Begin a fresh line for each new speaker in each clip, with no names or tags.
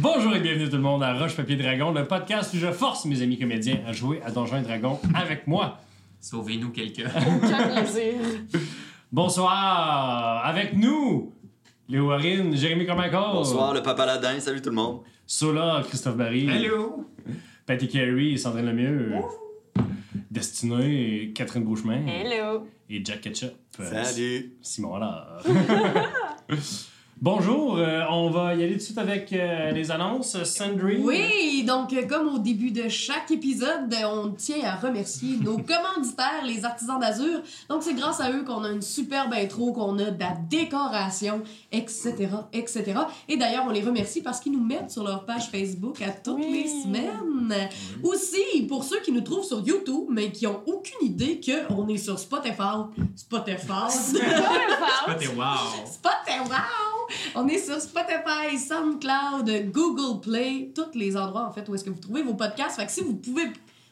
Bonjour et bienvenue tout le monde à Roche Papier Dragon, le podcast où je force mes amis comédiens à jouer à Donjons et Dragons avec moi.
Sauvez-nous quelqu'un.
Aucun plaisir.
Bonsoir, avec nous, Léo Warine, Jérémy Carmichael,
Bonsoir, le papa Ladin, salut tout le monde.
Sola, Christophe Barry,
Allô?
Patty Carey, Sandrine Lemieux, Destinée, Catherine Beauchemin
Hello.
et Jack Ketchup. Euh,
Salut.
Simon là. Bonjour, euh, on va y aller tout de suite avec euh, les annonces. Sandrine.
Oui, donc euh, comme au début de chaque épisode, euh, on tient à remercier nos commanditaires, les artisans d'Azur. Donc c'est grâce à eux qu'on a une superbe intro, qu'on a de la décoration, etc., etc. Et d'ailleurs, on les remercie parce qu'ils nous mettent sur leur page Facebook à toutes
Oui.
les semaines. Aussi, pour ceux qui nous trouvent sur YouTube, mais qui ont aucune idée qu'on est sur Spotify, Spotify,
Toi, t'es wow.
Spotify, wow! On est sur Spotify, SoundCloud, Google Play, tous les endroits en fait où est-ce que vous trouvez vos podcasts. Fait que si vous pouvez,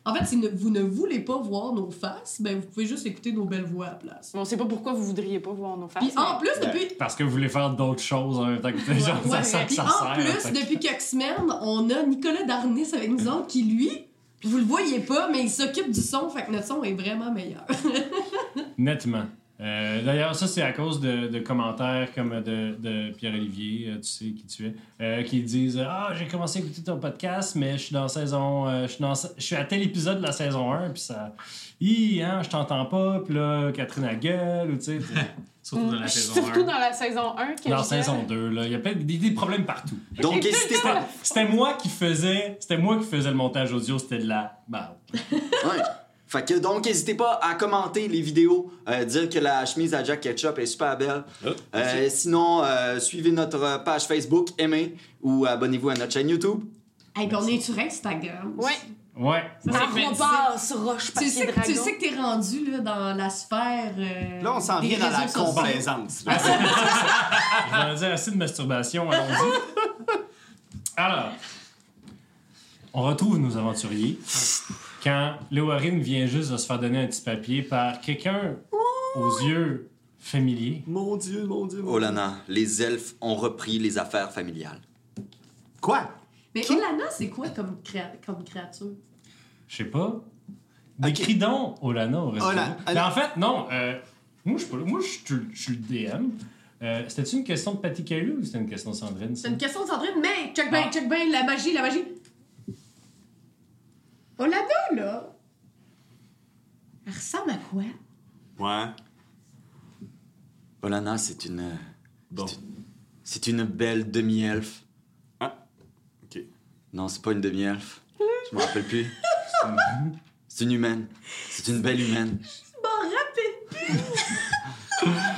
en fait, si ne- vous ne voulez pas voir nos faces, ben vous pouvez juste écouter nos belles voix à la place.
Mais on sait pas pourquoi vous voudriez pas voir nos faces.
Puis en plus
Ouais.
depuis,
Parce que vous voulez faire d'autres choses en même temps que genre, ça
ouais,
sent que
puis
ça sert.
en plus
fait que-
depuis quelques semaines, on a Nicolas Darnis avec nous autres qui lui, vous le voyez pas, mais il s'occupe du son, fait que notre son est vraiment meilleur.
Nettement. Euh, D'ailleurs, ça, c'est à cause de, de commentaires comme de, de Pierre-Olivier, euh, tu sais qui tu es, euh, qui disent euh, Ah, j'ai commencé à écouter ton podcast, mais je suis dans saison. euh, je, suis dans sa- je suis à tel épisode de la saison 1, puis ça. Hi, hein, je t'entends pas, puis là, Catherine a gueule, ou tu sais.
Surtout dans la
Je suis
saison 1.
Surtout dans la saison 1. que
dans
je-
saison 2, là. Il y a plein de- des, des problèmes partout.
Donc, n'hésitez pas.
C'était moi qui faisais. C'était moi qui faisais le montage audio, c'était de la. merde.
Ouais. Fait que, donc, n'hésitez pas à commenter les vidéos, euh, dire que la chemise à Jack Ketchup est super belle. Euh, sinon, euh, suivez notre page Facebook, aimez ou abonnez-vous à notre chaîne YouTube.
Et puis on est sur Instagram.
Ouais. Ah,
Ouais.
Ça, c'est fait.
roche,
Tu sais, que- tu sais que t'es rendu là, dans la sphère. euh,
Là, on s'en
des
vient dans la
réseaux sociaux.
complaisance. là.
Je vais en dire assez de masturbation, allons-y. Alors, on retrouve nos aventuriers quand Léoharine vient juste de se faire donner un petit papier par quelqu'un aux yeux familiers.
Mon Dieu, mon Dieu. mon Dieu.
Olana, Oh les elfes ont repris les affaires familiales.
Quoi?
Mais Olana, c'est quoi comme, créa- comme créature?
Je sais pas. Décris donc Olana au restaurant.
Ola-
Mais en fait, non. euh, moi, je suis pas là. Moi, je suis je suis le DM. Euh, C'était-tu une question de Patty Caillou ou c'était une question de Sandrine? ça?
C'est une question de Sandrine, mais check bien,
Ah.
check bien, la magie, la magie. Olana, là, elle ressemble à quoi?
Ouais.
Olana, c'est une. euh,
Bon.
c'est une- C'est une belle demi-elfe.
Ah. Ok.
Non, c'est pas une demi-elfe. Je me rappelle plus. C'est une- C'est une humaine. C'est une belle humaine.
Bon, rapide!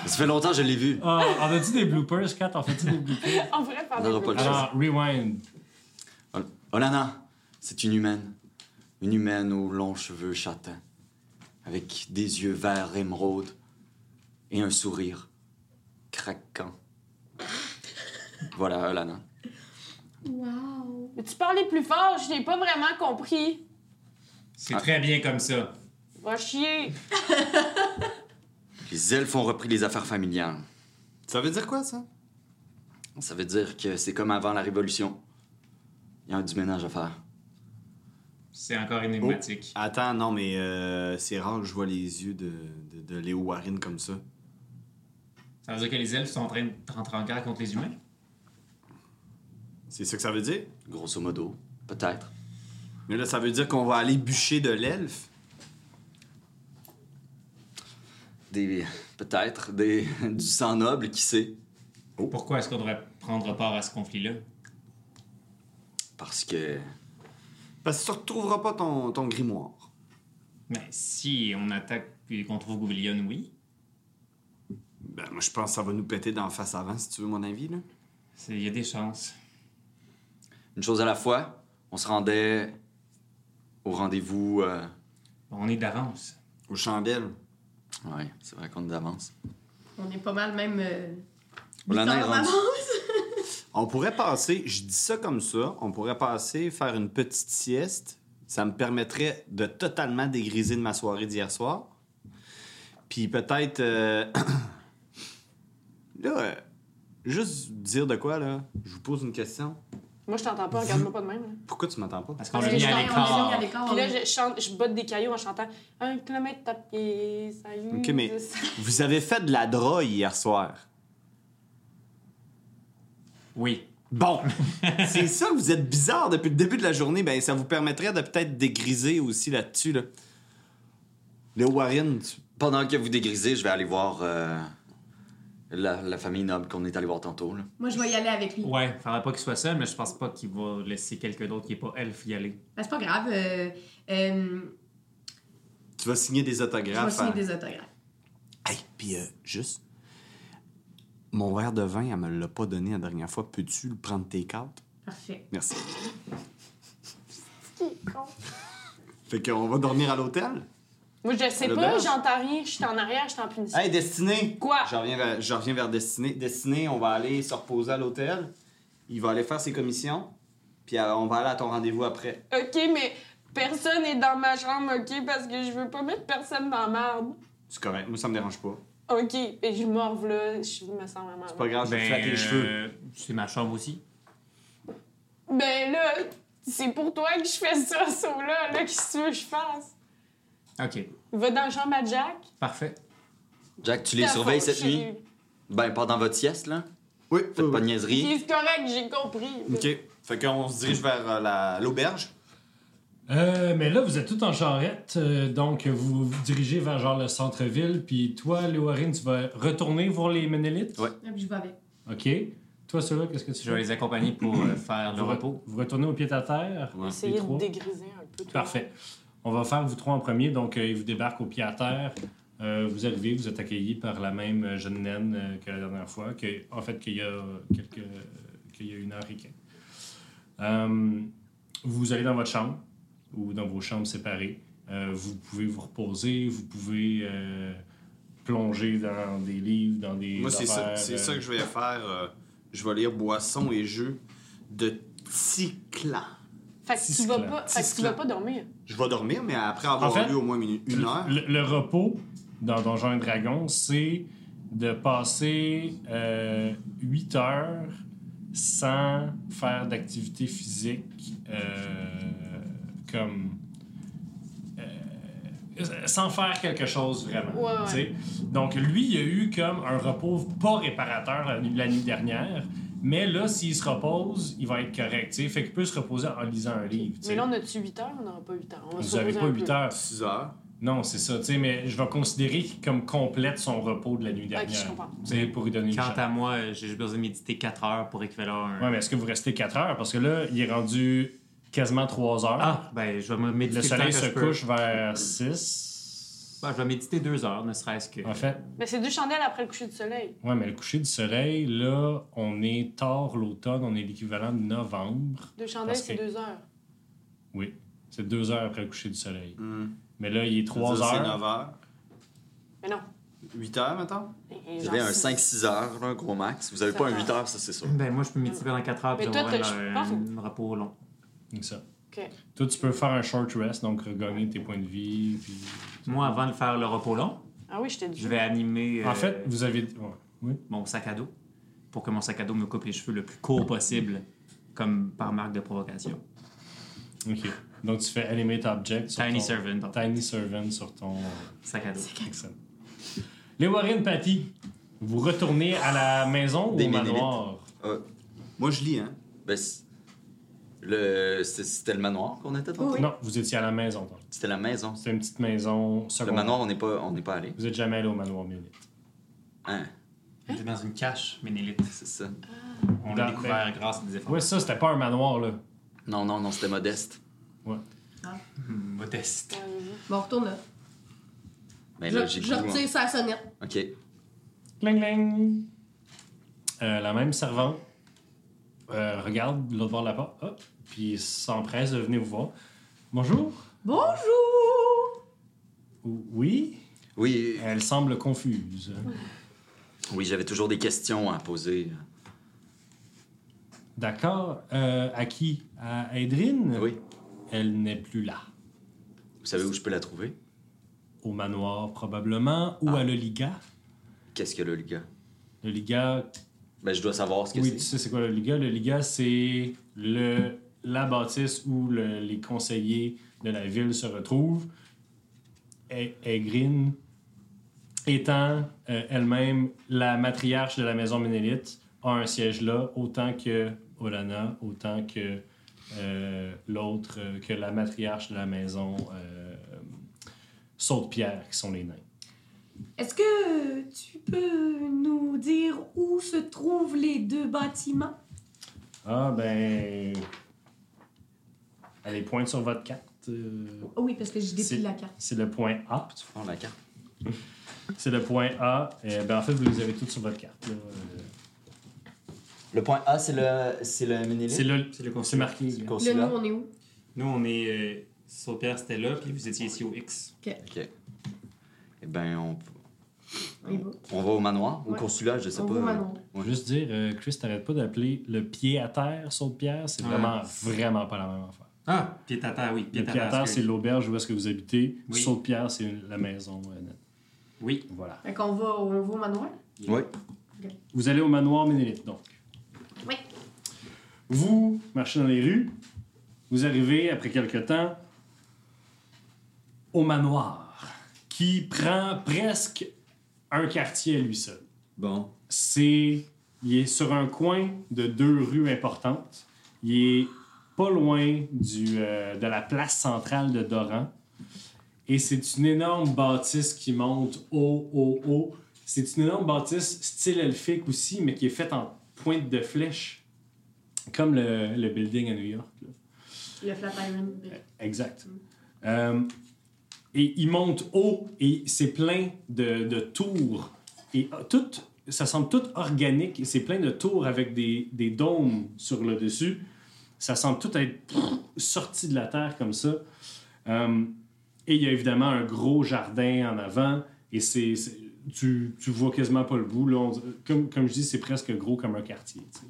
Ça fait longtemps que je l'ai vue.
Ah, on a-tu des bloopers, Kat? On fait-tu des bloopers?
En vrai,
On
pardon.
n'aura pas le choix.
Alors, rewind.
Ol- Olana, c'est une humaine. Une humaine aux longs cheveux châtains, avec des yeux verts émeraude et un sourire craquant. Voilà, Olana.
Wow!
Mais tu parlais plus fort, je t'ai pas vraiment compris.
C'est très bien comme ça.
Va chier.
Les elfes ont repris les affaires familiales.
Ça veut dire quoi, ça?
Ça veut dire que c'est comme avant la Révolution. Il y a du ménage à faire.
C'est encore énigmatique.
Attends, non, mais euh, c'est rare que je vois les yeux de, de, de Léo Warren comme ça.
Ça veut dire que les elfes sont en train d'entrer en guerre contre les humains?
C'est ça que ça veut dire?
Grosso modo, peut-être.
Mais là, ça veut dire qu'on va aller bûcher de l'elfe?
Des... Peut-être des... du sang noble, qui sait.
Oh.
Pourquoi est-ce qu'on devrait prendre part à ce conflit-là?
Parce que...
Parce que tu retrouveras pas ton, ton grimoire.
Mais si on attaque et qu'on trouve Gouvillon, oui.
Ben, moi, je pense que ça va nous péter d'en face avant, si tu veux mon avis, là.
C'est- Il y a des chances.
Une chose à la fois, on se rendait au rendez-vous. euh,
On est d'avance.
Aux chandelles.
Ouais, c'est vrai qu'on est d'avance.
On est pas mal même. euh,
Olana
huit
est
heures
rendue.
d'avance.
On pourrait passer, je dis ça comme ça, on pourrait passer faire une petite sieste. Ça me permettrait de totalement dégriser de ma soirée d'hier soir. Puis peut-être. euh, là, euh, juste dire de quoi, là Je vous pose une question.
Moi, je t'entends pas, regarde-moi pas de même. là.
Pourquoi tu m'entends pas?
Parce qu'on
Parce
l'a
que
mis
je
à
t'ai- on l'a mis
l'écart.
à l'écart.
Puis là, je, chante, je botte des cailloux en chantant Un kilomètre à pied, ça y est.
Hmm,
Ok, mais-
ça-
Vous avez fait de la drogue hier soir.
Oui.
Bon, c'est ça que vous êtes bizarre depuis le début de la journée. Ben, ça vous permettrait de peut-être dégriser aussi là-dessus. Là. Léo Warren, tu-
Pendant que vous dégrisez, je vais aller voir euh, la, la famille noble qu'on est allé voir tantôt. Là.
Moi, je vais y aller avec lui.
Ouais, faudrait pas qu'il soit seul, mais je pense pas qu'il va laisser quelqu'un d'autre qui est pas elfe y aller.
Ben, c'est pas grave. euh, euh,
tu vas signer des
je vais
autographes.
signer
hein.
des autographes.
Hey, puis euh, juste, mon verre de vin, elle me l'a pas donné la dernière fois. Peux-tu le prendre tes cartes?
Parfait.
Merci. Fait qu'on va dormir à l'hôtel?
Moi, je sais
Le
pas,
berge.
j'entends rien, je suis en arrière, je suis en punition.
Hey, Destiné!
Quoi?
Je reviens vers, je reviens vers Destiné. Destiné, on va aller se reposer à l'hôtel. Il va aller faire ses commissions. Puis euh, on va aller à ton rendez-vous après.
Ok, mais personne est dans ma chambre, ok, parce que je veux pas mettre personne dans la merde.
C'est correct. Moi, ça me dérange pas.
Ok, et je morve là, je me sens vraiment.
C'est pas grave, Ah, je
Ben,
vais te flatter les
euh,
cheveux.
C'est ma chambre aussi.
Ben là, c'est pour toi que je fais ça, ça là, là, qu'est-ce que tu veux que je fasse?
Ok,
Va dans la chambre à Jack.
parfait.
Jack, tu les
Ta
surveilles
faute,
cette nuit?
chérie.
Ben, pendant votre sieste, là.
Oui,
Faites pas de niaiserie.
C'est correct, j'ai compris.
OK. Fait qu'on se dirige vers euh, la- l'auberge.
Euh, mais là, vous êtes tout en charrette, euh, donc vous vous dirigez vers genre le centre-ville, puis toi, Léorin, tu vas retourner voir les Ménélites.
Ouais.
Hop, Je vais avec.
OK. Toi, ceux-là, qu'est-ce que tu
Je vais
fais?
les accompagner pour euh, faire le
Vous re-
repos.
Vous retournez au pied à terre.
Ouais.
Essayez de
trois.
dégriser un peu. tout
Parfait. On va faire vous trois en premier. Donc, euh, ils vous débarquent au pied à terre. Euh, vous arrivez, vous êtes accueillis par la même euh, jeune naine euh, que la dernière fois, que, en fait, qu'il y a euh, quelques, qu'il y a une heure et quelques. Euh, vous allez dans votre chambre ou dans vos chambres séparées. Euh, vous pouvez vous reposer, vous pouvez euh, plonger dans des livres, dans des.
Moi, c'est ça,
affaires,
c'est
euh,
ça que je vais faire. euh, je vais lire Boisson et jeux de Ticlan.
Fait que tu vas
Tisclan.
pas, fait que tu vas
Tisclan.
pas dormir.
Je vais dormir, mais après avoir
En fait,
lu au moins une, une heure.
Le, le repos dans Donjons et Dragons, c'est de passer 8 heures sans faire d'activité physique euh, comme. euh, sans faire quelque chose vraiment.
Ouais, ouais.
tu sais. Donc, lui, il a eu comme un repos pas réparateur la, la nuit dernière. Mais là, s'il se repose, il va être correct. tu sais. Fait qu'il peut se reposer en lisant un livre. tu sais.
Mais là, on a-tu 8 heures? On n'aura pas 8 heures. On va se
Vous n'avez
reposer
pas
un
8
peu.
heures.
6 heures.
Non, c'est ça, tu sais, mais je vais considérer qu'il comme complète son repos de la nuit
Ok,
dernière.
je comprends.
Tu sais, pour lui donner une
Quant
chance.
à moi, euh, j'ai juste besoin de méditer 4 heures pour équivaler à un.
Ouais, mais est-ce que vous restez 4 heures? Parce que là, il est rendu quasiment 3 heures.
Ah, ben je vais me méditer
le
le temps
soleil
que
se
je peux.
couche vers 6.
Ben, je vais méditer 2 heures, ne serait-ce que.
En fait,
Mais c'est deux chandelles après le coucher du soleil.
ouais, mais le coucher du soleil, là, on est tard l'automne, on est l'équivalent de novembre.
Deux chandelles,
Parce
c'est
que-
deux heures.
Oui, c'est 2 heures après le coucher du soleil.
Hmm.
Mais là, il est 3
C'est 9
heures.
heures.
Mais non.
8 heures, maintenant.
Et- et
Vous
genre
avez un
six.
5-6 heures, là, gros max. Vous avez
Ça
pas un
va.
8 heures, ça, c'est sûr.
Ben moi, je peux méditer pendant 4 heures
Mais
puis
toi,
avoir
t'as- je
un,
pense-
un repos long.
Comme ça.
Ok.
Toi, tu peux faire un short rest, donc regagner tes points de vie. Puis...
Moi, avant de faire le repos long,
Ah oui, je t'ai dit.
je vais animer euh,
En fait, vous avez. ouais, Oui.
mon sac à dos pour que mon sac à dos me coupe les cheveux le plus court possible, comme par marque de provocation.
Ok. Donc tu fais Animate Object sur
Tiny
ton...
Servant, donc,
Tiny Servant sur ton...
sac à dos.
Excellent. Les Warren Patty, vous retournez à la maison ou
Des
au manoir?
Euh, Moi, je lis, hein.
Ben, c'est- le... c'est- C'était le manoir qu'on était tantôt?
Oui.
Non, vous étiez à la maison. donc.
C'était la maison.
C'était une petite maison
Le
secondaire.
manoir, on n'est pas, on n'est pas allé.
Vous n'êtes jamais allé au manoir Ménélite.
Hein,
J'étais dans une cache, Ménélite.
c'est ça.
On
Dans-
l'a
ben,
découvert grâce à des efforts
Ouais, ça, c'était pas un manoir, là.
Non, non, non, c'était modeste.
modestes.
Bon, on retourne là.
Mais Ben là,
Je,
j'ai
je
goût,
retire sa sonnette.
hein. OK.
Cling, cling. Euh, la même servante euh, regarde l'autre bord de la porte, hop, puis s'empresse de venir vous voir. Bonjour.
Bonjour!
Ou- Oui.
Oui,
Elle semble confuse.
oui, j'avais toujours des questions à poser.
D'accord. Euh, à qui À Edrine
Oui.
Elle n'est plus là.
Vous savez où je peux la trouver?
Au manoir, probablement, ou à l'Oliga.
Qu'est-ce que le gars?
L'Oliga,
Ben, je dois savoir ce que
Oui, tu
c'est.
sais c'est quoi le Liga? Le Liga, c'est le, la bâtisse où le- les conseillers de la ville se retrouvent. Et, et Green étant euh, elle-même la matriarche de la maison Ménélite, a un siège là, autant que Olana, autant que euh, l'autre, euh, que la matriarche de la maison euh, Saute-Pierre, qui sont les nains.
Est-ce que tu peux nous dire où se trouvent les deux bâtiments?
Ah, ben. Allez, pointe sur votre carte. euh,
Oh oui, parce que je
C'est-
déplie la carte.
C'est le point A.
Prends Oh, la carte.
C'est le point A. Euh, ben, en fait, vous les avez toutes sur votre carte. là. Euh,
Le point A, c'est le, c'est le Ménélite?
C'est le,
C'est le conseil.
c'est marqué.
C'est le
là.
Là,
consulat.
nous, on est où?
Nous, on est. Euh, Saupierre, c'était là, puis vous étiez ici au X.
OK. Eh ben, on,
On y va.
on va au manoir, au
Ouais.
consulat, Ah, je sais
On
pas.
va au manoir.
Je veux juste dire, euh, Chris, t'arrêtes pas d'appeler le pied à terre saute pierre. C'est
Ouais.
vraiment, vraiment pas la même affaire.
Ah! Pied à terre, oui.
Le pied à terre,
parce que-
c'est l'auberge où est-ce que vous habitez.
Oui.
Saute pierre, c'est la maison. euh, nette.
Oui.
voilà.
Fait qu'on va, au- on va au manoir.
Oui.
Vous allez au manoir Ménélite, donc.
Oui.
Vous marchez dans les rues. Vous arrivez, après quelque temps, au manoir, qui prend presque un quartier à lui seul.
Bon.
c'est. Il est sur un coin de deux rues importantes. Il est pas loin du, euh, de la place centrale de Doran. Et c'est une énorme bâtisse qui monte haut, haut, haut. C'est une énorme bâtisse style elfique aussi, mais qui est faite en pointe de flèche, comme le, le building à New York. là.
Le Flatiron.
Exact. Euh, et il monte haut et c'est plein de, de tours. Et euh, tout, ça semble tout organique. et C'est plein de tours avec des, des dômes sur le dessus. Ça semble tout être pff, sorti de la terre comme ça. Euh, et il y a évidemment un gros jardin en avant. Et c'est, c'est- tu, tu vois quasiment pas le bout. là. On- comme, comme je dis, c'est presque gros comme un quartier. tu sais.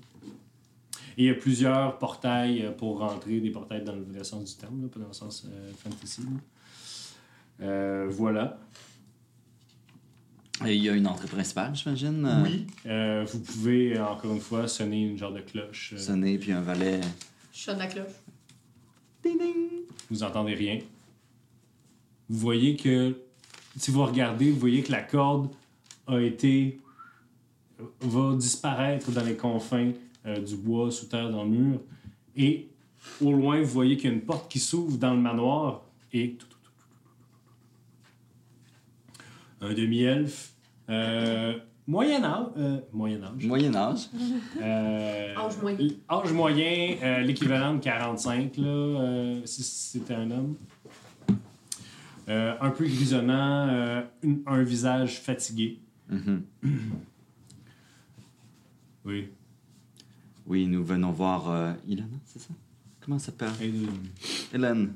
Et il y a plusieurs portails euh, pour rentrer, des portails dans le vrai sens du terme, là, pas dans le sens euh, fantasy. là. Euh, voilà.
Et il y a une entrée principale, j'imagine. euh,
Euh, vous pouvez, euh, encore une fois, sonner une genre de cloche. euh,
Sonner, puis un valet.
Je sonne la cloche.
Ding, ding.
vous entendez rien. Vous voyez que, si vous regardez, vous voyez que la corde a été. va disparaître dans les confins euh, du bois sous terre dans le mur. Et au loin, vous voyez qu'il y a une porte qui s'ouvre dans le manoir et. Un demi-elfe. euh, moyen âge. euh, moyen âge.
Moyen-Âge.
Euh,
Âge moyen.
l- Âge moyen, euh, l'équivalent de 45, là, euh, si si c'était un homme. Euh, un peu grisonnant, euh, une- un visage fatigué.
Mm-hmm.
Oui.
Oui, nous venons voir euh, Ilana, c'est ça Comment ça s'appelle
Aydrin.
Hélène.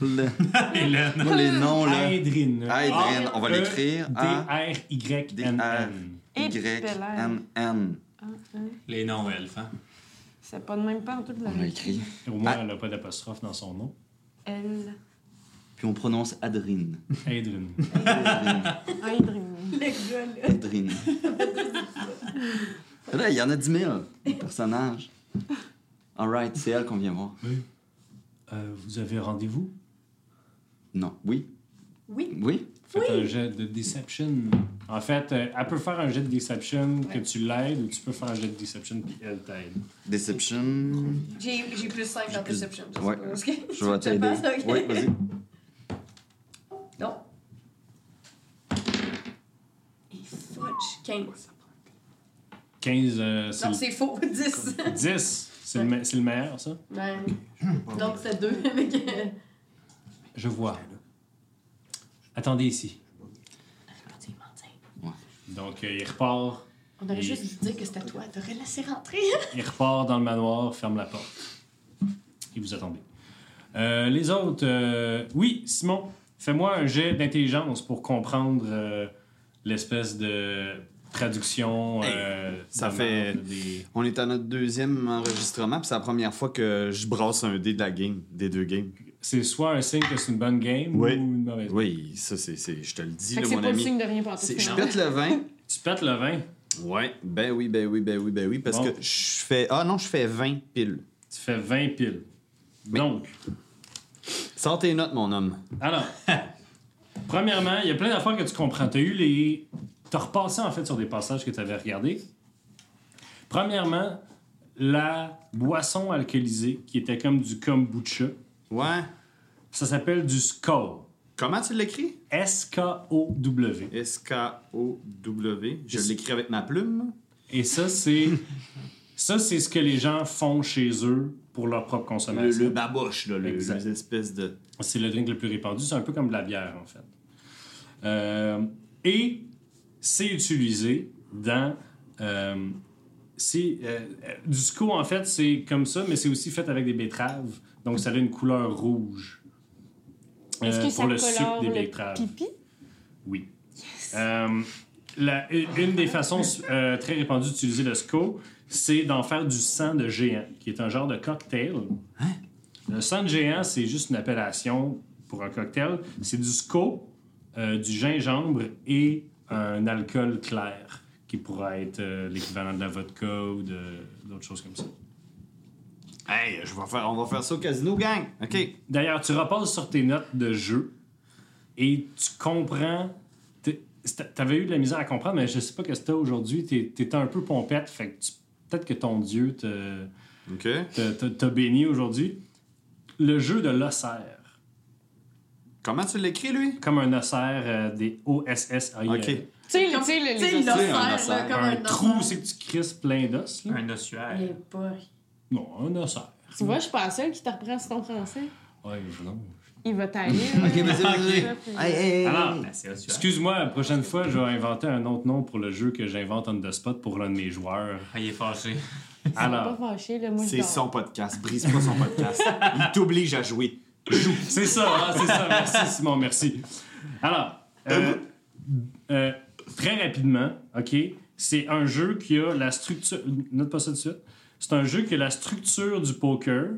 Hélène.
Hélène.
Moi, les noms, là.
Aydrin.
Ah,
Aydrin, on va l'écrire. A,
E D-R-Y-N-N.
Y,
hein.
N, N.
Les non-elfes, hein?
C'est pas de même pas en tout.
On l'a écrit.
Au moins, elle n'a pas d'apostrophe dans son nom.
Elle.
Puis on prononce Adrine.
Aydrin.
Adrine.
Ah, Aydrin.
Le gars, là.
Adrine. Là, il y en a 10 000 des personnages. Alright, c'est elle qu'on vient voir.
Euh, vous avez rendez-vous?
Non. Oui.
Oui.
Oui.
Faites un jet de deception. En fait, euh, elle peut faire un jet de deception que tu l'aides ou tu peux faire un jet de deception puis elle t'aide.
Deception.
J'ai j'ai plus 5
J'ai
dans
plus-
Perception. je sais
Ouais.
pas, parce que-
Je vais
te
t'aider.
passe, ok.
Oui, vas-y.
Non. Et fudge, 15.
15, euh, c'est
Non,
le-
c'est faux, 10.
10. C'est le, me- c'est le meilleur, ça?
Ouais. Ben, Donc c'est 2 avec. euh,
Je vois. Attendez ici.
tu es mentin.
Donc, euh, il repart.
On aurait
Et-
juste dû dire que c'était toi, t'aurais laissé rentrer.
Il repart dans le manoir, ferme la porte. Et vous attendez. Euh, les autres... euh, Oui, Simon, fais-moi un jet d'intelligence pour comprendre euh, l'espèce de traduction... euh,
ça
de
fait-
merde des-
On est à notre deuxième enregistrement, puis c'est la première fois que je brasse un dé de la game, des deux games.
C'est soit un signe que c'est une bonne game
Oui.
ou une mauvaise game.
Oui, ça, c'est. c'est- Je te le dis,
Fait que
là,
c'est
mon
pas le
ami.
signe de rien pour tout.
C'est- Je pète le vin,
Tu pètes le vin.
Ouais. Ben oui, ben oui, ben oui, ben oui. Parce
Bon.
que je fais. Ah non, je fais 20 piles.
Tu fais 20 piles. Donc,
Sors tes notes, mon homme.
alors, premièrement, il y a plein d'affaires que tu comprends. Tu as eu les. Tu as repassé en fait sur des passages que tu avais regardés. Premièrement, la boisson alcoolisée qui était comme du kombucha,
Ouais.
ça s'appelle du Skow.
Comment tu l'écris?
S-K-O-W.
S-K-O-W. Je l'écris avec ma plume.
Et ça, c'est. ça, c'est ce que les gens font chez eux pour leur propre
Le,
consommation.
le baboche, là. Le,
Exact.
les espèces de.
C'est le drink le plus répandu. C'est un peu comme de la bière, en fait. Euh, et c'est utilisé dans. euh, c'est, euh, euh, du SCO, en fait, c'est comme ça, mais c'est aussi fait avec des betteraves. Donc, ça a une couleur rouge. euh,
Est-ce que
pour
ça
le sucre
colore
des
le
betteraves.
pipi?
Oui. Euh, la- une une des façons euh, très répandues d'utiliser le SCO, c'est d'en faire du sang de géant, qui est un genre de cocktail. Le sang de géant, c'est juste une appellation pour un cocktail. C'est du SCO, euh, du gingembre et un alcool clair, qui pourrait être euh, l'équivalent de la vodka ou de- d'autres choses comme ça.
Hey, je vais faire, on va faire ça au casino, gang. OK.
D'ailleurs, tu repasses sur tes notes de jeu et tu comprends. t'es- c'est- T'avais eu de la misère à comprendre, mais je sais pas que c'était aujourd'hui. T'es- T'étais un peu pompette, fait que tu- peut-être que ton Dieu te-
OK.
te- te- t'a béni aujourd'hui. Le jeu de l'ossaire,
Comment tu l'écris, lui?
comme un ossaire euh, des OSS.
OK.
Tu sais, le-
Comme-
tu sais, le-
Tu sais,
les
l'ossaire,
os-
là,
ossaire.
comme
un,
un
trou,
ossaire.
c'est que tu crisses plein d'os. là.
Un ossuaire.
Eh, boy.
Non, un ossaire.
Tu vois, je suis pas la seule qui te reprend sur ton français.
Ouais, non.
Il va t'aller.
OK, vas-y, vas-y. Hey, hey, hey.
Alors,
Ben, c'est ossuaire.
excuse-moi, la prochaine fois, je vais inventer un autre nom pour le jeu que j'invente on the spot pour l'un de mes joueurs.
Ah, il est fâché.
Alors.
pas fâché, là, moi, je
C'est
dors.
son podcast. Brise pas son podcast. Il t'oblige à jouer.
C'est ça, hein, c'est ça. Merci, Simon, merci. Alors, euh, euh, très rapidement, OK, c'est un jeu qui a la structure. Note pas ça tout de suite. C'est un jeu qui a la structure du poker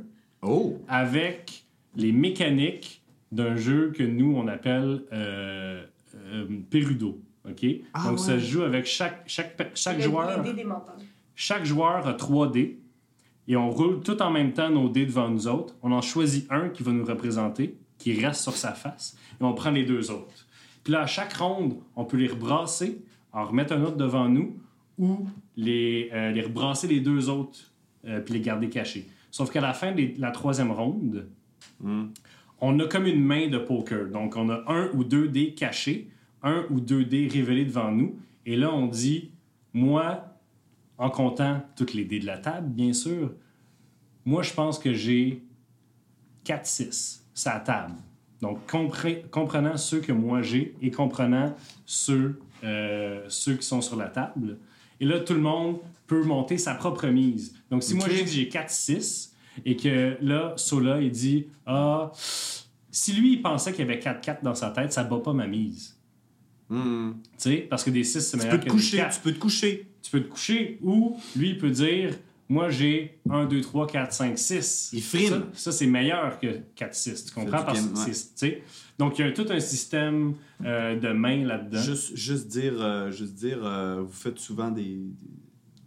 Oh!
avec les mécaniques d'un jeu que nous, on appelle euh, euh, Perudo. OK?
Ah
Donc, ça
ouais.
se joue avec chaque, chaque, pe- chaque
Le
joueur.
idée des menteurs.
Chaque joueur a 3 dés et on roule tout en même temps nos dés devant nous autres. On en choisit un qui va nous représenter, qui reste sur sa face, et on prend les deux autres. Puis là, à chaque ronde, on peut les rebrasser, en remettre un autre devant nous, ou les, euh, les rebrasser les deux autres, euh, puis les garder cachés. Sauf qu'à la fin de la troisième ronde, on a comme une main de poker. Donc, on a un ou deux dés cachés, un ou deux dés révélés devant nous. Et là, on dit, moi, en comptant toutes les dés de la table, bien sûr, moi, je pense que j'ai 4-6 sa table. Donc, compre- comprenant ceux que moi j'ai et comprenant ceux, euh, ceux qui sont sur la table. Et là, tout le monde peut monter sa propre mise. Donc, si moi
Ok.
je dis que j'ai 4-6 et que là, Sola, il dit Ah, si lui, il pensait qu'il y avait 4-4 dans sa tête, ça bat pas ma mise.
Hmm.
Tu sais, parce que des 6, c'est
Tu
meilleur
peux te
que des
coucher.
4
Tu peux te coucher.
tu peux te coucher ou lui il peut dire moi j'ai 1 2 3 4 5 6.
Il frime.
Ça, ça, c'est meilleur que 4 6, tu comprends
du
parce
game,
que
ouais.
c'est tu sais. Donc il y a tout un système euh, de main là-dedans.
Juste, juste dire, euh, juste dire euh, vous faites souvent des. des-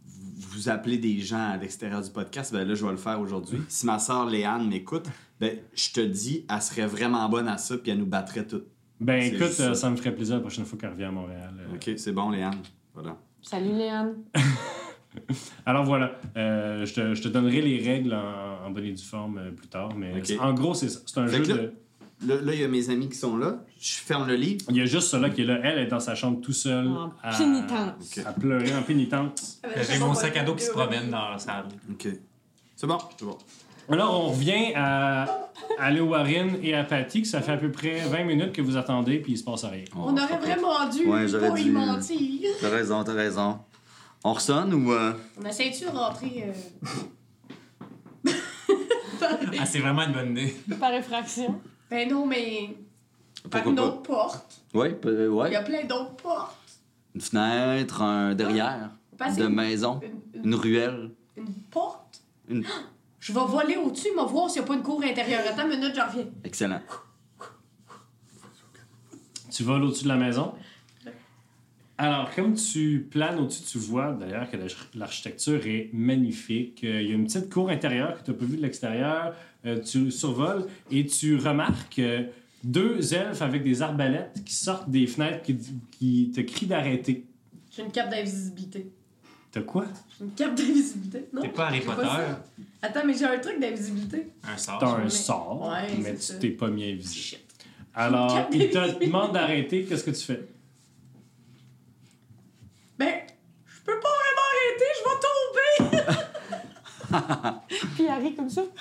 Vous vous appelez des gens à l'extérieur du podcast. Ben là, je vais le faire aujourd'hui. Si ma sœur Léane m'écoute, ben, je te dis, elle serait vraiment bonne à ça, puis elle nous battrait toutes.
Ben
c'est
écoute,
juste
euh,
ça.
ça me ferait plaisir la prochaine fois qu'elle revient à Montréal. euh.
OK, c'est bon, Léane. Voilà.
Salut, Léane.
Alors voilà, euh, je, te, je te donnerai les règles en, en bonne et due forme euh, plus tard, mais
Ok.
c'est- en gros c'est ça. C'est un
Fait
jeu
que là-
de.
Là, là, il y a mes amis qui sont là. Je ferme le livre.
Il y a juste cela qui est là. Elle est dans sa chambre tout seule.
En
à-
pénitence.
À pleurer en pénitence.
J'ai mon sac à dos qui se promène dans la salle.
OK. C'est bon. C'est bon.
Alors, on revient à, à Léowarine et à Patty, que ça fait à peu près 20 minutes que vous attendez, puis il se passe rien.
On aurait vraiment dû
Ouais, j'aurais
pas y
dû. euh,
mentir.
T'as raison, t'as raison. On ressonne ou. euh,
On essaie-tu de rentrer... euh,
Ah, c'est vraiment une bonne idée.
Par effraction.
Ben non, mais... Par
Pourquoi
une
pas?
autre porte.
Ouais, pe- euh,
Il y
ouais.
a plein d'autres portes.
Une fenêtre, un derrière,
Passer
de
une-
maison,
Une,
une
une,
ruelle.
une porte?
Une-
Je vais voler au-dessus, mais voir s'il n'y a pas une cour intérieure. Attends une minute, j'en reviens.
Excellent.
Tu voles au-dessus de la maison. Alors, comme tu planes au-dessus, tu vois d'ailleurs que la- l'architecture est magnifique. Euh, Il y a une petite cour intérieure que tu n'as pas vue de l'extérieur. Euh, tu survoles et tu remarques euh, deux elfes avec des arbalètes qui sortent des fenêtres qui, qui te crient d'arrêter.
J'ai une cape d'invisibilité.
T'as quoi?
J'ai une cape d'invisibilité. Non?
T'es pas Harry
j'ai pas
Potter,
ça. Attends, mais j'ai un truc d'invisibilité.
un sort.
T'as un
Ah, mais-
sort,
Ouais,
mais
c'est
tu
ça.
t'es pas mis invisible.
Shit.
Alors,
Une
il
cape
te
invisible.
demande d'arrêter. Qu'est-ce que tu fais?
Ben, je peux pas vraiment arrêter, je vais tomber!
Puis il arrive comme ça.
Ouf.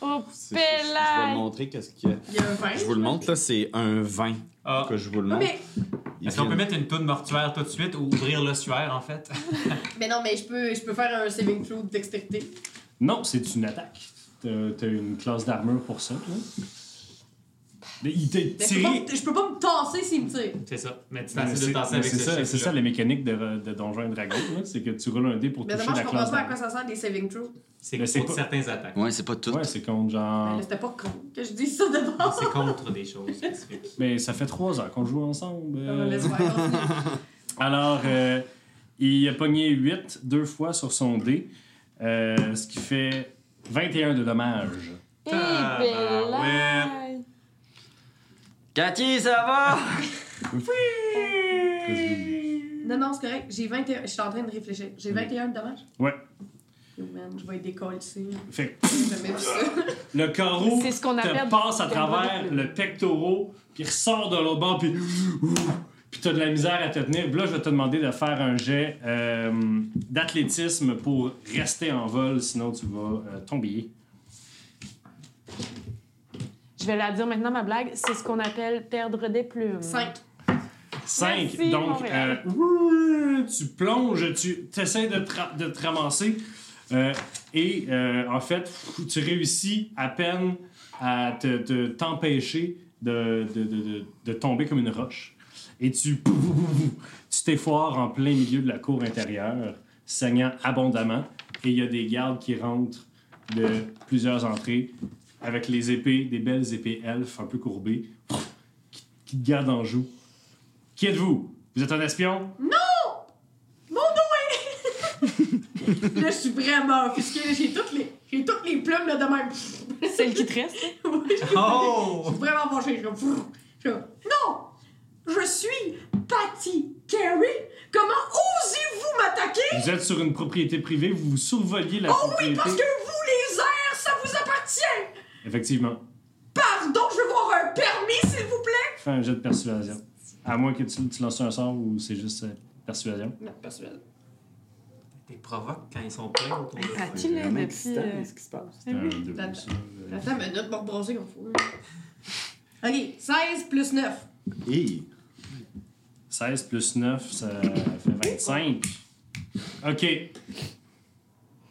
Oh,
C'est- Je je vais le
pelaille!
montrer qu'est-ce qu'il y a.
Il y a un vin.
Je vous le montre, là, c'est un vin
Ah.
que je vous le
Ah,
montre.
mais,
Il
Est-ce qu'on
vient-
peut mettre une toune mortuaire tout de suite ou ouvrir l'ossuaire, en fait?
mais non, mais je peux, je peux faire un saving throw de dextérité. Ben,
Non, c'est une attaque. T'as t'as une classe d'armure pour ça. là. Mais il t'a
Mais je peux,
tiré.
pas, me- je peux pas me tasser s'il me tire.
C'est ça. Mais tu
Mais
t'as
C'est
de
mais
danser avec
c'est ça,
ce
c'est ça la mécanique de, de Donjons et Dragons, là, c'est que tu roules un dé pour
Mais
toucher
d'abord,
la
je comprends
classe.
pas à quoi
d'armure.
ça sert des saving throws.
C'est
Mais c'est
contre
pas-
certains attaques.
Ouais, c'est pas tout.
Ouais, c'est contre genre.
Mais Ben, C'était pas con que je dise ça d'abord.
Ah,
C'est contre des choses spécifiques.
Mais ça fait trois heures qu'on joue ensemble.
Ah,
euh.
laisse faire, continue.
Alors, euh, il a pogné 8 deux fois sur son dé, euh, ce qui fait 21 de dommages.
Eh,
Ah, bah,
pelaille!
Cathy, ça va?
Non, non, c'est correct. J'ai 21. Je suis en train de réfléchir. J'ai 21 de dommages.
Ouais.
Yo, man, je vais être décollé.
Fait
Je vais mettre ça.
que le carreau
C'est ce qu'on appelle
te passe à
des
travers
molécules.
le pectoral, puis ressort de l'autre bord, puis. Puis t'as de la misère à te tenir. Puis là, je vais te demander de faire un jet euh, d'athlétisme pour rester en vol, sinon tu vas euh, tomber.
Je vais la dire maintenant, ma blague. C'est ce qu'on appelle perdre des plumes.
5.
5.
Merci,
Donc,
Montréal.
euh, tu plonges, tu essaies de, te ra- de te ramasser. euh, et euh, en fait, tu réussis à peine à te- te- t'empêcher de, de, de- de- de tomber comme une roche. Et tu tu t'effoires en plein milieu de la cour intérieure, saignant abondamment. Et il y a des gardes qui rentrent de plusieurs entrées avec les épées, des belles épées elfes un peu courbées, qui, qui te gardent en joue. Qui êtes-vous? Vous êtes un espion?
Là, je suis vraiment offusquée. J'ai toutes les, j'ai toutes les plumes là de même.
Celle qui te reste.
Oui, je
Ah,
Oh!
suis vraiment fâchée. Je suis comme, je suis comme, Non! Je suis Patty Carey. Comment osez-vous m'attaquer?
Vous êtes sur une propriété privée, vous vous survoliez la
Oh oui,
propriété.
parce que vous, les airs, ça vous appartient!
Effectivement.
Pardon, je veux voir un permis, s'il vous plaît!
Fais un jet de persuasion. À moins que tu, tu lances un sort ou c'est juste euh, persuasion.
Non, persuade.
T'es provoques quand ils sont pleins autour de toi.
Patty, là,
Vraiment
depuis.
excitant,
euh,
ce qui se passe?
C'est un
oui.
deux,
Ah Attends.
ça, euh,
Attends, mais notre bord brasser qu'on fout. Ok, 16 plus 9.
Hi.
16 plus 9, ça fait 25. OK.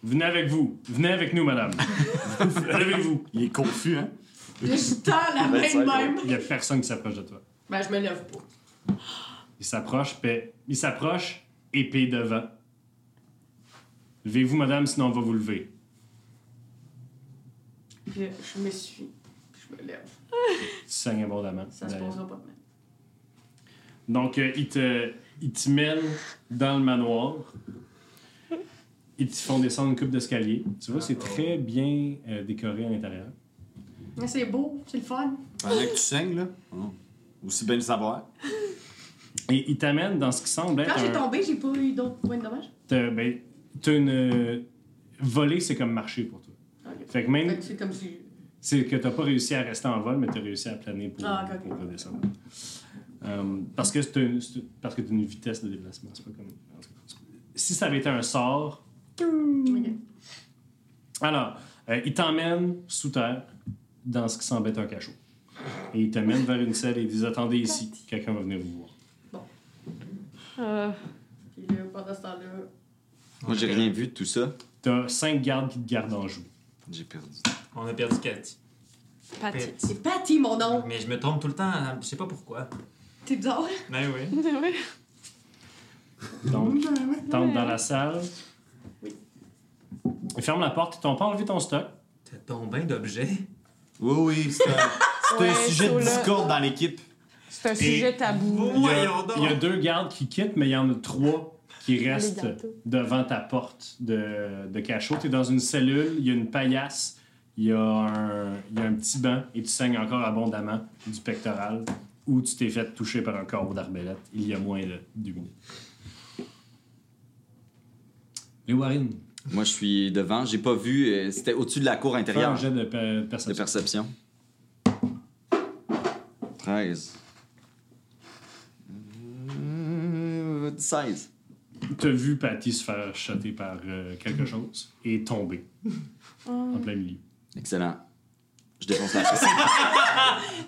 Venez avec vous. Venez avec nous, madame. Levez-vous.
Il est confus, hein?
Là, je tends la main de même.
Il n'y a personne qui s'approche de toi.
Ben, je me lève pas.
Il s'approche, paix. Il s'approche, épée devant. Levez-vous, madame, sinon on va vous lever.
Puis là, je me suis. Puis je me lève.
Tu saignes abondamment.
Ça se
d'ailleurs.
passera pas de même.
Donc, euh, ils, te, ils te mènent dans le manoir. Ils te font descendre une coupe d'escalier. Tu vois, c'est très bien euh, décoré à l'intérieur.
Mais c'est beau, c'est le fun.
Pendant que tu saignes, là. oh, Aussi bien le savoir.
Et ils t'amènent dans ce qui semble être.
Quand j'ai
un-
tombé, j'ai pas eu d'autres points de dommage.
t'as- ben, t'as une. euh, voler, c'est comme marcher pour toi.
Ok.
Fait que même.
Fait que c'est comme si.
C'est que t'as pas réussi à rester en vol, mais t'as réussi à planer pour,
Ah, ok, ok.
pour redescendre. Euh, parce que c'est une, c'est- parce que t'as une vitesse de déplacement. C'est pas comme. en tout cas, Si ça avait été un sort,
Ok.
Alors, euh, il t'emmène sous terre dans ce qui semble être un cachot. Et il t'amène vers une selle et il dit Attendez ici, quelqu'un va venir vous voir.
euh,
Puis là, pendant ce temps-là.
Moi, j'ai rien vu de tout ça.
T'as cinq gardes qui te gardent en joue.
J'ai perdu.
On a perdu Cathy.
Patty.
C'est Patty, mon nom.
Mais je me trompe tout le temps, hein, je sais pas pourquoi.
C'est bizarre.
Oh,
Mais Ben oui.
Mmh,
Donc, t'entres dans la salle. Il ferme la porte, ils t'ont pas enlevé ton stock.
T'as donc bien d'objets.
Oui, oui, c'est un, c'est un
Ouais,
sujet de
chaud, là.
discorde dans l'équipe.
C'est un sujet tabou.
Il y, a,
Voyons donc.
il y a deux gardes qui quittent, mais il y en a trois qui restent
gâteaux.
devant ta porte de, de cachot. T'es dans une cellule, il y a une paillasse, il y, a un- il y a un petit banc et tu saignes encore abondamment du pectoral ou tu t'es fait toucher par un corbeau d'arbalète il y a moins de deux minutes. Les Warren,
Moi, je suis devant. J'ai pas vu. euh, C'était au-dessus de la cour
fais un
intérieure
jet de per-
de
perception.
perception. 13. Euh, 16.
T'as vu Patty se faire shotter par euh, quelque chose et tomber en plein milieu.
Excellent. Je défonce la porte.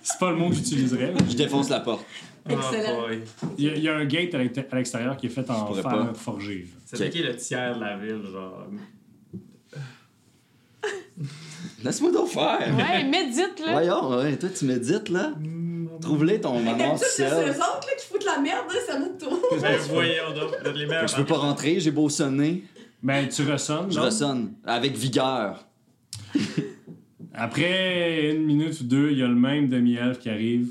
C'est pas le mot que j'utiliserais. mais-
Je défonce la porte.
Excellent.
Ah, boy.
Il y, a- il y a un gate à l'exté- à l'extérieur qui est fait en
pourrais
fer
pas.
forgé. là.
C'est qui est le tiers de la ville, genre.
Laisse-moi donc faire.
Ouais, médite, là.
Voyons, ouais, toi, tu médites, là. Trouve-les ton maman tout
D'habitude, c'est eux
seul.
autres là, qui foutent la merde, hein, c'est à notre tour.
Ben voyons donc, vous êtes les
Fait
meilleurs.
que Je peux pas rentrer, j'ai beau sonner.
Ben, tu ressonnes.
Je
non?
ressonne. Avec vigueur.
Après une minute ou deux, il y a le même demi-elfe qui arrive.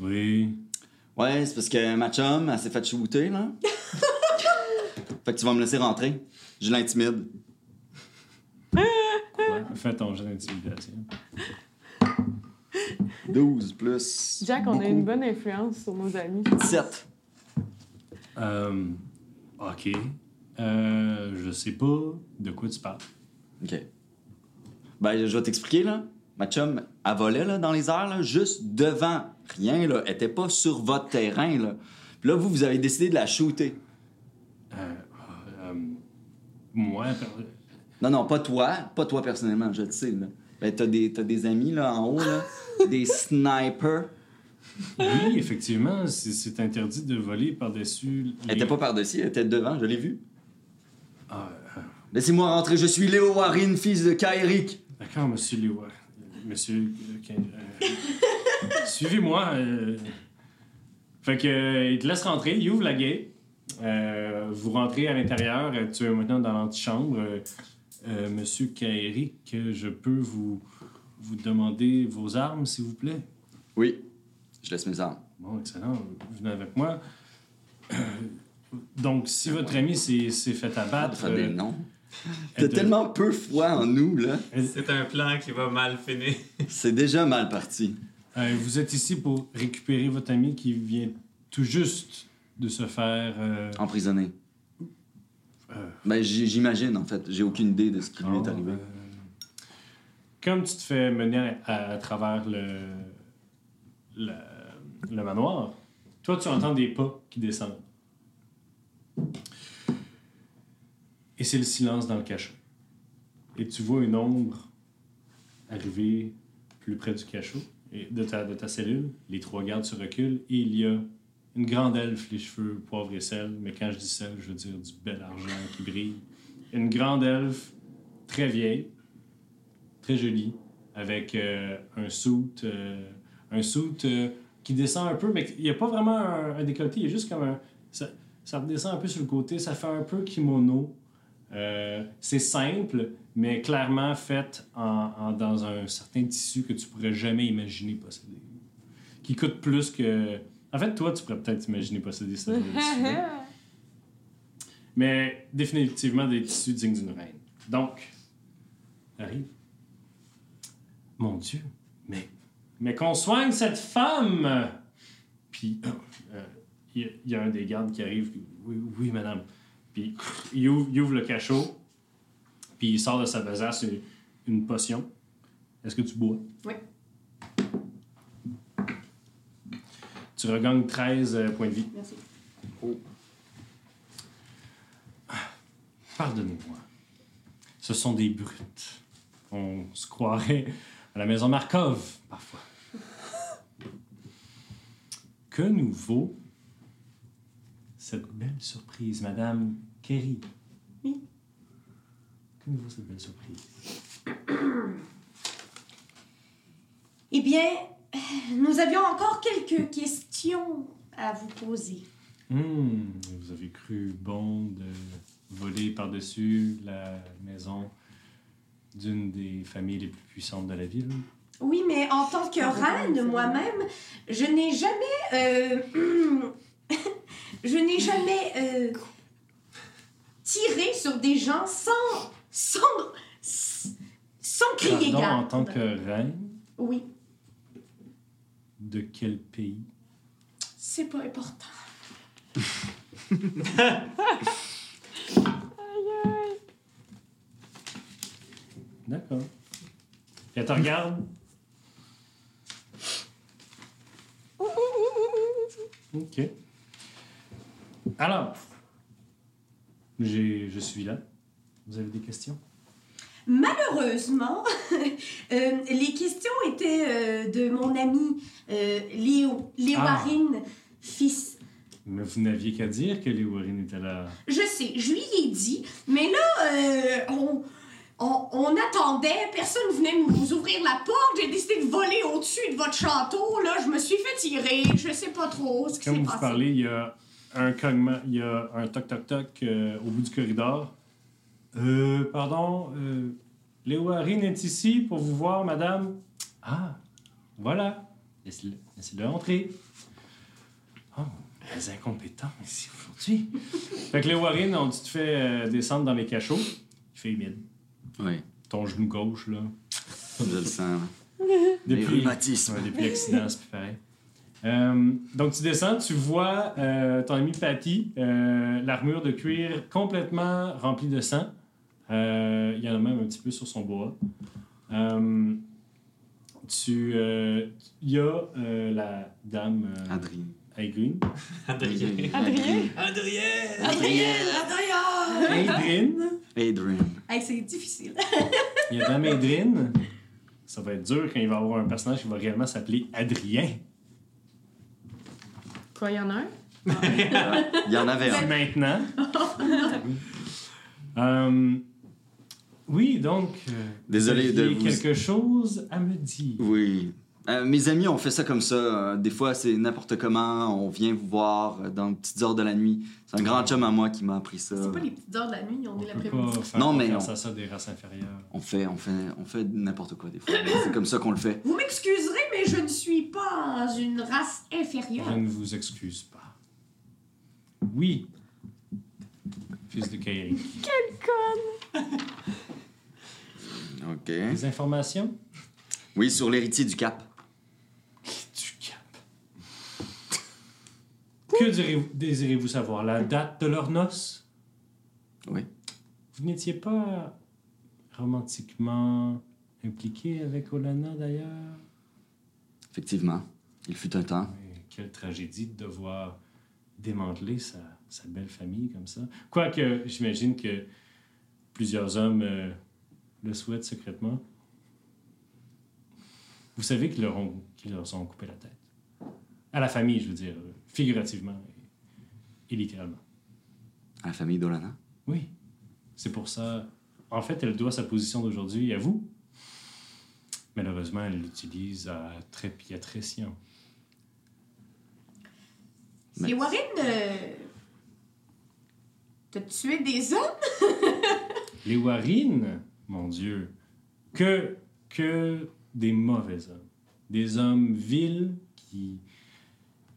Oui.
Ouais, c'est parce que ma chum, elle s'est fait shooter, là. fait que tu vas me laisser rentrer. Je l'intimide.
Ouais, Fais ton jeu d'intimidation.
12 plus.
Jack, on a une bonne influence sur nos amis.
7.
Euh, ok. Euh, je sais pas de quoi tu parles.
OK. Ben, je- je vais t'expliquer, là. Ma chum, elle volait, là, dans les airs, là, juste devant. Rien, là. Elle était pas sur votre terrain, là. Puis là, vous, vous avez décidé de la shooter.
Euh, euh, moi,
Non, non, pas toi. Pas toi, personnellement, je le sais, là. Ben, t'as des, t'as des amis, là, en haut, là. des snipers.
oui, effectivement, c'est- c'est interdit de voler par-dessus. les-
Elle était pas par-dessus, elle était devant, je l'ai vue.
Ah,
Laissez-moi rentrer, je suis Léo Warren, fils de Kaerik.
D'accord, monsieur Lewa. Monsieur. euh, Ken- euh, Suivez-moi. euh. Fait que, euh, il te laisse rentrer, il ouvre la gate. Euh, vous rentrez à l'intérieur, euh, tu es maintenant dans l'antichambre. Euh, euh, monsieur Kaerik, euh, je peux vous, vous demander vos armes, s'il vous plaît?
Oui, je laisse mes armes.
Bon, excellent. Venez avec moi. Euh, Donc, si votre ami s'est s'est fait abattre.
T'as Ah, des
euh,
noms. T'as
êtes-
tellement peu foi en nous, là.
C'est un plan qui va mal finir.
C'est déjà mal parti.
Euh, vous êtes ici pour récupérer votre ami qui vient tout juste de se faire. euh,
Emprisonné.
Euh.
Ben, j- j'imagine, en fait. J'ai aucune idée de ce qui lui est arrivé.
euh, Comme tu te fais mener à, à travers le, le, le manoir, toi, tu entends des pas qui descendent. Et c'est le silence dans le cachot. Et tu vois une ombre arriver plus près du cachot, et de, ta, de ta cellule. Les trois gardes se reculent et il y a une grande elfe, les cheveux poivre et sel. Mais quand je dis sel, je veux dire du bel argent qui brille. Une grande elfe très vieille, très jolie, avec euh, un soute euh, un soute euh, qui descend un peu, mais il n'y a pas vraiment un, un décolleté, il y a juste comme un. Ça, ça descend un peu sur le côté, ça fait un peu kimono. Euh, c'est simple, mais clairement fait en, en- dans un certain tissu que tu pourrais jamais imaginer posséder. Qui coûte plus que. En fait, toi, tu pourrais peut-être imaginer posséder ça. mais définitivement des tissus dignes d'une reine. Donc, arrive. Mon Dieu, mais. Mais qu'on soigne cette femme! Puis, euh, il y a- il y, a un des gardes qui arrive. Oui, oui, madame. Puis, il ouvre, il ouvre le cachot. Puis, il sort de sa besace une, une potion. Est-ce que tu bois?
Oui.
Tu regagnes 13 euh, points de vie.
Merci.
Pardonnez-moi. Ce sont des brutes. On se croirait à la maison Markov, parfois. Que nous vaut cette belle surprise, Madame Kerry? Que nous vaut cette belle surprise?
Eh bien, euh, nous avions encore quelques questions à vous poser.
Hum, vous avez cru bon de voler par-dessus la maison d'une des familles les plus puissantes de la ville?
Oui, mais en tant que reine, moi-même, je n'ai jamais. euh, je n'ai jamais euh, tiré sur des gens sans. sans. sans crier
Pardon, en
garde.
tant que reine
Oui,
de quel pays
c'est pas important.
D'accord. Puis elle te regarde. Ok. Alors, j'ai- je suis là. Vous avez des questions?
Malheureusement, euh, les questions étaient euh, de mon ami euh, Léo, Léo
Ah.
Warren, fils
Mais vous n'aviez qu'à dire que les Warren étaient là.
Je sais, je lui ai dit, mais là, euh, on, on, on attendait, personne venait nous ouvrir la porte, j'ai décidé de voler au-dessus de votre château, là, je me suis fait tirer, je sais pas trop ce qui
Comme
s'est
vous
passé.
parlez, il y a un cognement, il y a un toc-toc-toc euh, au bout du corridor. Euh, pardon, euh, Léo Harin est ici pour vous voir, madame. Ah, voilà. Laissez-le laissez-le entrer. Oh, les incompétents ici aujourd'hui. fait que Léo Harin, on dit, tu te fais euh, descendre dans les cachots. Il fait humide.
Oui,
Ton genou gauche, là.
je le sens. Les
Depuis,
rhumatismes.
Ouais, depuis l'accident, c'est plus pareil. Euh, donc, tu descends, tu vois euh, ton ami Patty, euh, l'armure de cuir complètement remplie de sang. Euh, Il y en a même un petit peu sur son boa. Euh, tu, euh, Il y a euh, la dame euh,
Adrien.
Aigrin.
Adrien.
Adrien?
Adrien.
Adriel, Adrien!
Aigrin.
Adrien.
Hey, c'est difficile.
Il y a Dame Adrien. Ça va être dur quand il va y avoir un personnage qui va réellement s'appeler Adrien.
Quoi, y en a un?
Voilà. Il y en avait
C'est
un.
maintenant. Euh, oui, donc. euh,
Désolé
vous aviez
de vous-
quelque chose à me dire.
Oui. Euh, mes amis ont fait ça comme ça. Euh, des fois, c'est n'importe comment. On vient vous voir euh, dans les petites heures de la nuit. C'est un grand chum à moi qui m'a appris ça.
C'est pas les petites heures de la nuit, on
On
est
peut
l'après-midi.
pas faire
Non, mais
confiance
non.
à ça des races inférieures.
On fait, on fait, on fait n'importe quoi des fois. c'est comme ça qu'on le fait.
Vous m'excuserez, mais je ne suis pas une race inférieure.
Je ne vous excuse pas. Oui. Fils de Kairi.
Hein? Ok.
Des informations
Oui, sur l'héritier du Cap.
du Cap. Que direz- désirez-vous savoir La date de leurs noces
Oui.
Vous n'étiez pas romantiquement impliqué avec Olana d'ailleurs
Effectivement. Il fut un temps.
Mais quelle tragédie de devoir démanteler sa, sa belle famille comme ça. Quoique, j'imagine que plusieurs hommes euh, le souhaitent secrètement. Vous savez qu'ils leur, ont, qu'ils leur ont coupé la tête. À la famille, je veux dire, euh, figurativement et- et littéralement.
À la famille d'Olana.
Oui. C'est pour ça. En fait, elle doit sa position d'aujourd'hui à vous. Malheureusement, elle l'utilise à très piétressiant.
Mais-
Les Warren, euh, t'as tué des hommes?
Les Warines, mon Dieu, que, que des mauvais hommes. Des hommes vils qui,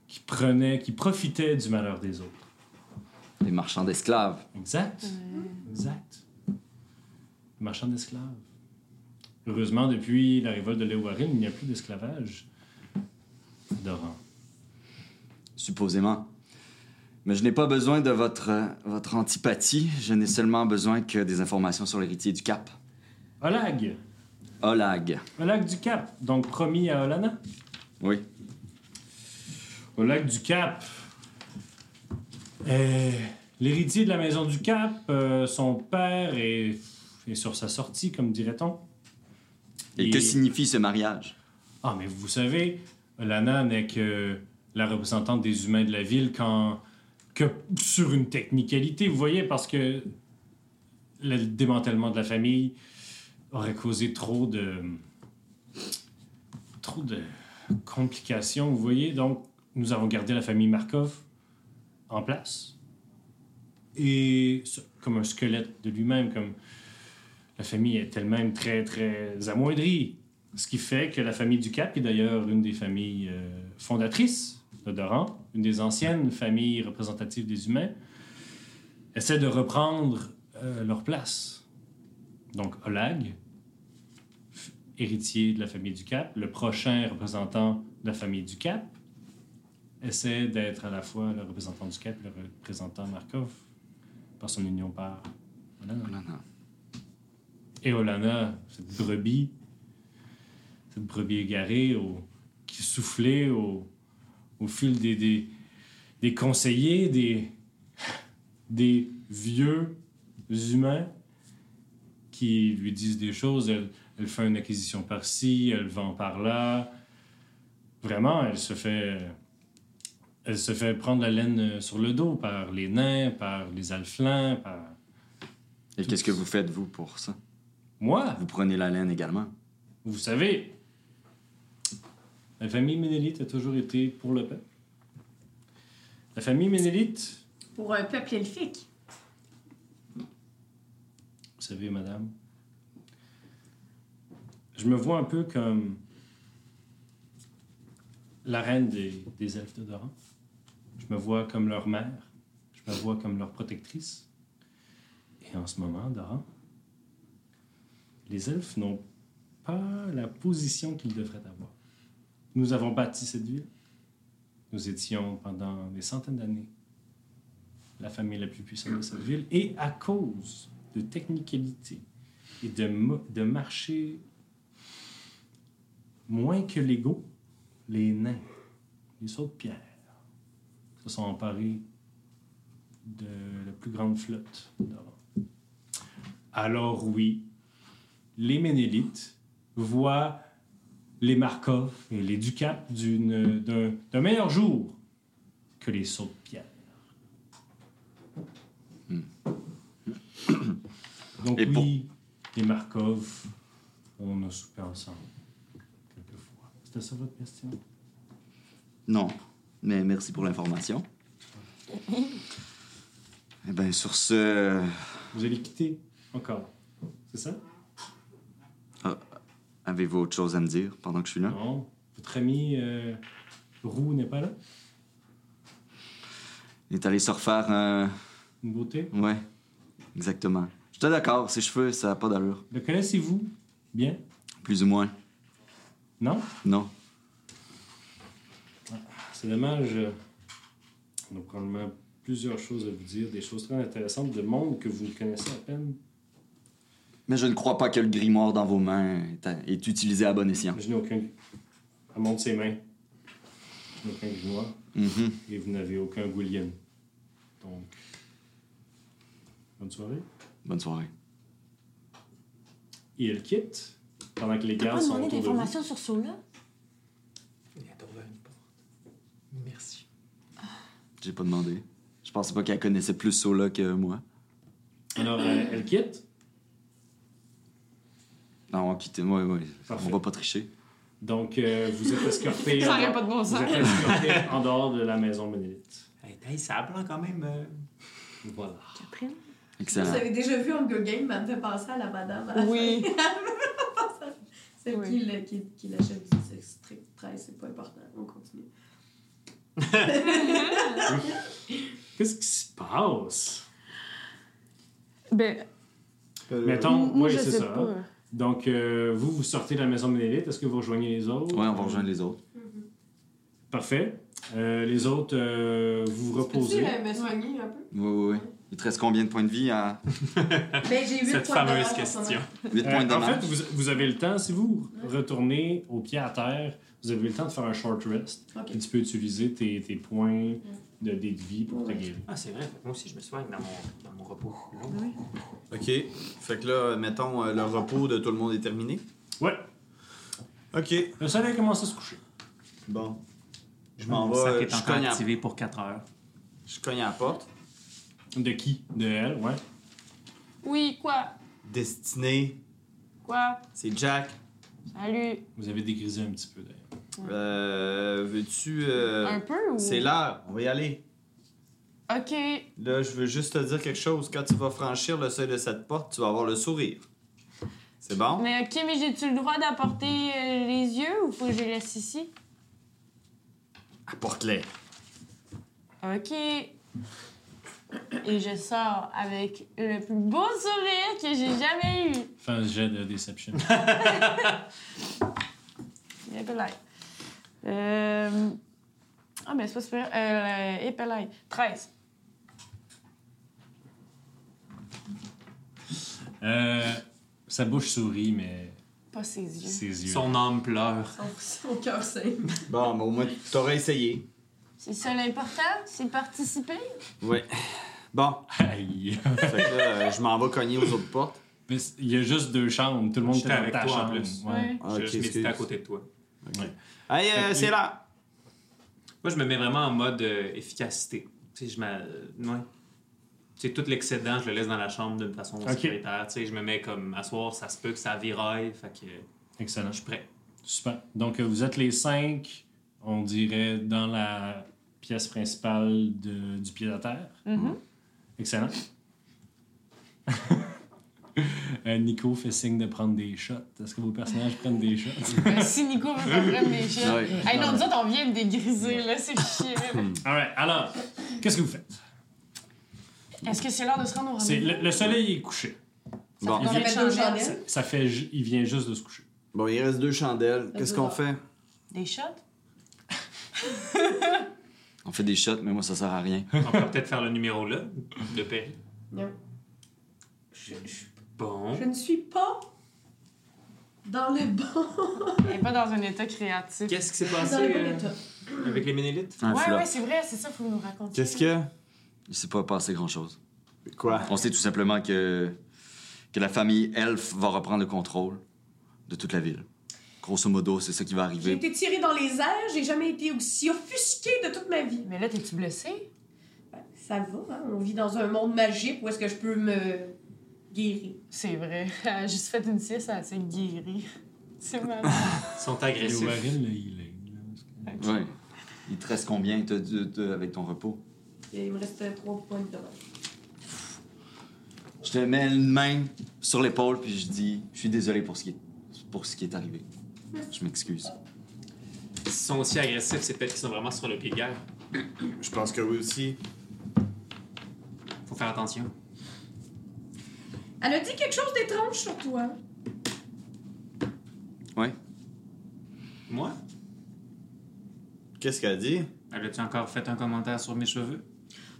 qui prenaient, qui profitaient du malheur des autres.
Les marchands d'esclaves.
Exact. Exact. Marchand d'esclaves. Heureusement, depuis la révolte de Léo Warren, il n'y a plus d'esclavage. Doran.
supposément. Mais je n'ai pas besoin de votre, euh, votre antipathie, je n'ai seulement besoin que des informations sur l'héritier du Cap.
Olag.
Olag.
Olag du Cap. Donc promis à Olana.
Oui.
Au lac du Cap. Euh, L'héritier de la maison du Cap, euh, son père est, est sur sa sortie, comme dirait-on.
Et
Il-
que signifie ce mariage?
Ah, mais vous savez, Lana n'est que la représentante des humains de la ville quand que sur une technicalité, vous voyez, parce que le démantèlement de la famille aurait causé trop de trop de complications, vous voyez. Donc, nous avons gardé la famille Markov en place et ce- comme un squelette de lui-même, comme la famille est elle-même très très amoindrie. Ce qui fait que la famille Ducap, qui est d'ailleurs une des familles euh, fondatrices de Doran, une des anciennes familles représentatives des humains, essaie de reprendre euh, leur place. Donc Olag, f- héritier de la famille Ducap, le prochain représentant de la famille Ducap, essaie d'être à la fois le représentant du Cap et le représentant Markov par son union par. Olana. Et Olana, cette brebis, cette brebis égarée au- qui soufflait au, au fil des, des, des conseillers, des, des vieux humains qui lui disent des choses. Elle, elle fait une acquisition par-ci, elle vend par-là. Vraiment, elle se fait elle se fait prendre la laine euh, sur le dos par les nains, par les alflins, par
Et qu'est-ce que vous faites, vous, pour ça?
moi.
Vous prenez la laine également.
Vous savez, la famille Ménélite a toujours été pour le peuple. La famille Ménélite,
Pour un peuple elfique.
vous savez, madame, je me vois un peu comme la reine des, des elfes de Doran. Je me vois comme leur mère. Je me vois comme leur protectrice. Et en ce moment, Doran, les elfes n'ont pas la position qu'ils devraient avoir. Nous avons bâti cette ville. Nous étions pendant des centaines d'années la famille la plus puissante de cette ville. Et à cause de technicalité et de, mo- de marchés moins que légaux, les nains, les sauts de pierre, se sont emparés de la plus grande flotte d'Europe. Alors oui, les Ménélites voient les Markov et les Ducap d'une- d'un d'un meilleur jour que les sauts de pierre. Donc
Hmm. Et pour-
oui, les Markov, on a soupé ensemble quelquefois. C'était ça votre question?
Non, mais merci pour l'information. Eh bien, sur ce,
Vous allez quitter encore. C'est ça?
avez-vous autre chose à me dire pendant que je suis là?
Non. Votre ami euh, Roux n'est pas là?
Il est allé se refaire un...
Une beauté?
Ouais, exactement. J'étais d'accord, ses cheveux, ça n'a pas d'allure.
Le connaissez-vous? Bien?
Plus ou moins.
Non?
Non.
C'est dommage. euh, On a probablement plusieurs choses à vous dire, des choses très intéressantes de monde que vous connaissez à peine.
Mais je ne crois pas que le grimoire dans vos mains est, à- est utilisé à bon escient.
Je n'ai aucun. Elle monte ses mains. Je n'ai aucun grimoire.
Mhm.
Et vous n'avez aucun Goulian. Donc. Bonne soirée.
Bonne soirée.
Et elle quitte pendant que les
T'as
gardes
pas
sont
demandé
autour de vous.
d'informations sur Sola?
Il a trouvé une porte. Merci.
J'ai pas demandé. Je pensais pas qu'elle connaissait plus Sola que moi.
Alors, euh, elle quitte.
Non, on va quitter. Ouais, ouais.
Parfait.
On va pas tricher.
Donc, euh, vous êtes escorté.
Ça
en-
aurait pas de bon
Vous
sens.
êtes escorté en dehors de la maison Ménélite.
Hey, hey, ça prend quand même. euh,
Voilà.
Catherine?
Excellent.
Vous avez déjà vu Hunger Game, elle me fait penser à la madame. à la
Oui.
Celle
Oui.
qui, le- qui, qui l'achète du extrait 13, c'est pas important. On continue.
Qu'est-ce qui se passe?
Ben,
Euh,
Mettons,
moi,
oui,
je
c'est
sais
ça.
pas.
Donc, euh, vous, vous sortez de la maison Ménélite. Est-ce que vous rejoignez les autres?
Ouais, on va rejoindre les autres.
Parfait. Euh, les autres, euh, vous vous reposez.
Peux-tu euh, me soigner un peu?
Oui, oui, oui. Il te reste combien de points de vie à
Ben, j'ai 8
Cette
points de
fameuse
dommage en ce moment.
question.
8
Euh,
points de
en
dommage?
fait, vous, vous avez le temps, si vous retournez au pied à terre, vous avez le temps de faire un short rest.
Ok.
Puis tu peux utiliser tes, tes points de dés de vie pour te
Ouais.
guérir.
Ah, c'est vrai, fait que moi aussi je me soigne dans mon, dans mon repos.
OK. Fait que là, mettons, euh, le repos de tout le monde est terminé.
Ouais,
OK.
le soleil commence à se coucher.
Bon. Je m'en
Mon
vais.
sac
euh,
est
Je
encore
cogne, à,
activé pour 4 heures.
je cogne à la porte.
De qui De elle, ouais.
Oui, quoi?
Destiné.
Quoi?
C'est Jack.
Salut.
Vous avez dégrisé un petit peu d'ailleurs.
Euh, Veux-tu. euh,
Un peu ou?
C'est l'heure. On va y aller.
Ok.
Là, je veux juste te dire quelque chose. Quand tu vas franchir le seuil de cette porte, tu vas avoir le sourire. C'est bon?
Mais ok, mais j'ai-tu le droit d'apporter euh, les yeux ou faut que je les laisse ici?
Apporte-les.
Ok. Et je sors avec le plus beau sourire que j'ai jamais eu.
Fais un jet de Deception.
Épelay. Euh... Ah, ben c'est pas super. Euh, Épelay. 13.
Euh, sa bouche sourit, mais
Pas ses yeux.
ses yeux.
Son âme pleure.
Son, son cœur saigne.
Bon, mais au moins, t'aurais essayé.
C'est ça l'important? C'est de participer?
Oui. Bon,
Aïe.
fait que là, euh, je m'en vais cogner aux autres portes.
Mais c- Il y a juste deux chambres, tout le monde est
J'étais
dans
avec
ta
toi, en
chambre.
plus.
Ouais.
Ah, ok,
je je m'étais
excuse.
à côté de toi.
Hey, euh,
Fait que-
c'est là.
Moi, je me mets vraiment en mode euh, efficacité. Tu sais, je m'a- euh, ouais. Tu sais, tout l'excédent, je le laisse dans la chambre d'une façon
Ok.
sécuritaire. Tu sais, je me mets comme à soir, ça se peut que ça viraille. Fait que euh,
Excellent.
je suis prêt.
Super. Donc, euh, vous êtes les cinq, on dirait, dans la pièce principale de- du pied à terre. Excellent. Euh, Nico fait signe de prendre des shots. Est-ce que vos personnages prennent des shots?
Ben, si Nico veut pas prendre des chiens.
Ouais. Hmm.
Hey, non, nous autres, on vient de dégriser, là, c'est chier.
All right. Alors, qu'est-ce que vous faites?
Est-ce que c'est l'heure de se rendre au
C'est,
rendez-vous?
le, le soleil est couché.
Bon.
On
Il
appelle
vient,
deux
ça,
chandelles.
ça fait, ju- il vient juste de se coucher.
Bon, il reste deux chandelles.
Fait
Qu'est-ce
deux
qu'on
heures.
fait?
Des shots?
On fait des shots, mais moi, ça sert à rien.
On peut peut-être faire le numéro là, de paix.
Non. Je, je-
Bon.
je ne suis pas dans le bon,
Elle est pas dans un état créatif.
Qu'est-ce qui s'est
dans
passé
le bon
euh,
état.
avec les Ménélites?
Un
Ouais,
flop.
ouais, c'est vrai, c'est ça, faut nous raconter.
Qu'est-ce que.
Il s'est pas passé grand-chose.
Quoi?
On sait tout simplement que, que la famille Elf va reprendre le contrôle de toute la ville. Grosso modo, c'est ça qui va
J'ai
arriver.
été tirée dans les airs, j'ai jamais été aussi offusquée de toute ma vie.
Mais là, t'es-tu blessé?
Ça va, hein? on vit dans un monde magique où est-ce que je peux me guérir.
C'est vrai. Elle a juste fait une sieste, elle s'est guérie. C'est malade.
Ils sont
Et
agressifs.
Warren, là, il est. là, parce que-
Ouais. Il te reste combien t'as- t'as- t'as- avec ton repos?
Il me reste trois points de dommage.
Je te mets une main sur l'épaule, puis je dis Je suis désolé pour ce qui est, pour ce qui est arrivé. Je m'excuse.
Ils sont aussi agressifs, c'est peut-être qu'ils sont vraiment sur le pied de guerre.
Je pense que oui aussi.
Faut faire attention.
Elle a dit quelque chose d'étrange sur toi.
Ouais.
Moi?
Qu'est-ce qu'elle a dit?
Elle a-tu encore fait un commentaire sur mes cheveux?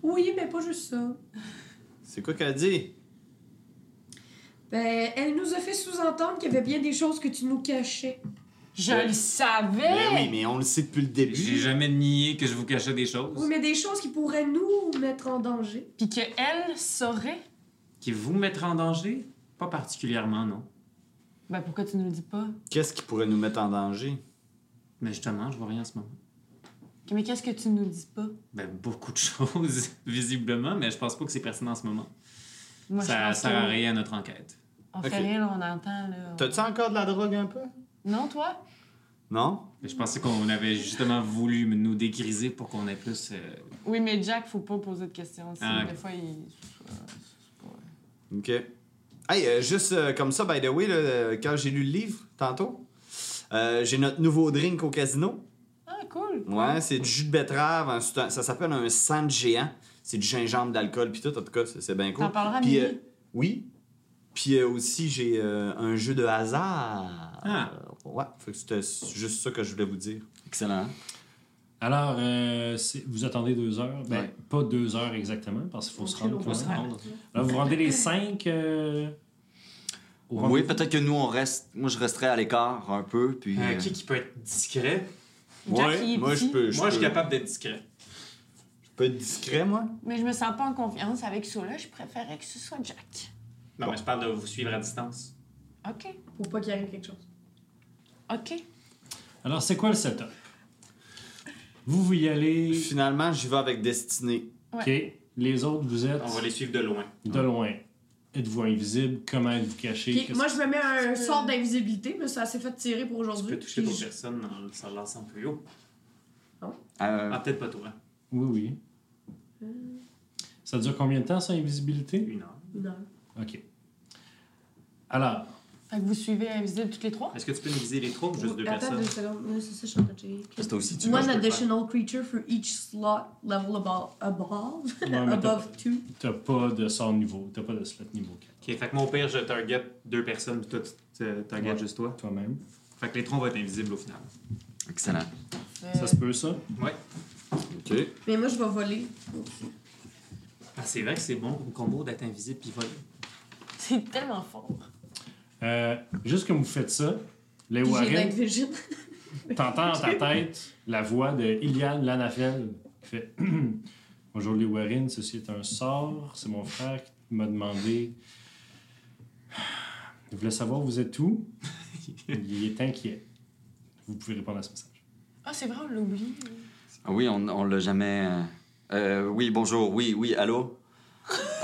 Oui, mais pas juste ça.
C'est quoi qu'elle a dit?
Ben, elle nous a fait sous-entendre qu'il y avait bien des choses que tu nous cachais.
Je le savais!
Ben oui, mais on le sait depuis le
J'ai
début.
jamais nié que je vous cachais des choses.
Oui, mais des choses qui pourraient nous mettre en danger.
Puis qu'elle saurait.
Qui vous mettre en danger? Pas particulièrement, non.
Ben pourquoi tu ne le dis pas?
Qu'est-ce qui pourrait nous mettre en danger?
Mais justement, je vois rien en ce moment.
Mais qu'est-ce que tu ne nous dis pas?
Ben, beaucoup de choses, visiblement, mais je pense pas que c'est pertinent en ce moment.
Moi,
ça
je pense
sert à
qu'on-
rien à notre enquête.
On
Ok.
fait rien, on entend, là. on-
T'as-tu encore de la drogue un peu?
Non, toi?
Non?
Mais Je pensais qu'on avait justement voulu nous dégriser pour qu'on ait plus. euh,
Oui, mais Jack, faut pas poser de questions. tu sais.
Ah, ok.
Des fois, il.
OK. Hey, euh, juste euh, comme ça, by the way, là, euh, quand j'ai lu le livre tantôt, euh, j'ai notre nouveau drink au casino.
Ah, cool!
Ouais,
Mm.
c'est du jus de betterave. un- c'est un- ça s'appelle un sang de géant. C'est du gingembre, d'alcool, puis tout. En tout cas, c'est c'est bien cool.
T'en parleras à
Puis,
midi.
euh, Oui. Puis euh, aussi, j'ai euh, un jeu de hasard.
Ah.
Euh, ouais, fait que c'était juste ça que je voulais vous dire.
Excellent.
Alors, euh, c'est- vous attendez deux heures? Ben,
Ouais.
pas deux heures exactement, parce qu'il faut se rendre.
On
quand
se
même.
rend.
Là, vous rendez les cinq. euh, au
Oui,
rendez-vous.
peut-être que nous, on reste. Moi, je resterai à l'écart un peu, puis.
euh,
euh,
qui qui peut être discret?
Jack, il est
moi, je
petit.
peux, je
Moi, je suis
peux-
capable d'être discret.
je peux être discret, moi.
Mais je me sens pas en confiance avec Sola, je préférais que ce soit Jack.
Non, mais je parle de vous suivre à distance.
OK.
Pour pas qu'il arrive quelque chose.
OK.
Alors, c'est quoi le setup? Vous, vous y allez.
Finalement, j'y vais avec Destinée.
OK. Les autres, vous êtes
On va les suivre de loin.
de loin. Êtes-vous invisible? Comment êtes-vous caché?
Puis
Qu'est-ce-
moi, je me mets un
que-
sort d'invisibilité, mais ça s'est fait tirer pour
Tu
aujourd'hui.
peux toucher
Puis
d'autres
je-
personnes en- en lançant plus haut.
euh,
Ah, peut-être pas toi.
Oui, oui.
Euh.
Ça dure combien de temps, ça, invisibilité?
Une heure.
Non.
OK. Alors,
Fait que vous suivez Invisible toutes les trois?
Est-ce que tu peux nous viser les trois ou juste deux
Attends
personnes?
deux secondes. Oui, c'est ça, je suis en train de checker.
Ah.
Parce que toi aussi, tu
One
veux, je peux
additional creature for each slot level above, above,
Ouais, mais t'as-
above two.
T'as pas de sort niveau, t'as pas de slot niveau quatre.
Ok, fait que mon père, je target deux personnes, puis toi, tu te- target
Ouais.
juste toi.
Toi-même.
Fait que les trois vont être invisibles au final.
faire. Excellent.
Euh,
Ça se peut, ça?
Ouais.
OK.
Mais moi, je vais voler.
Ah, c'est vrai que c'est bon le combo d'être invisible puis voler.
C'est tellement fort.
Euh, juste comme vous faites ça, les
Puis j'ai
Warren,
Night Vision.
t'entends dans ta tête la voix de Ilian Lanafel qui fait Bonjour les Warren, ceci est un sort. C'est mon frère qui m'a demandé. Il voulait savoir vous êtes où. Il est inquiet. Vous pouvez répondre à ce message.
Ah, c'est vrai, on l'a oublié.
Ah Oui, on, on l'a jamais. euh, euh, oui, bonjour. Oui, oui, allô?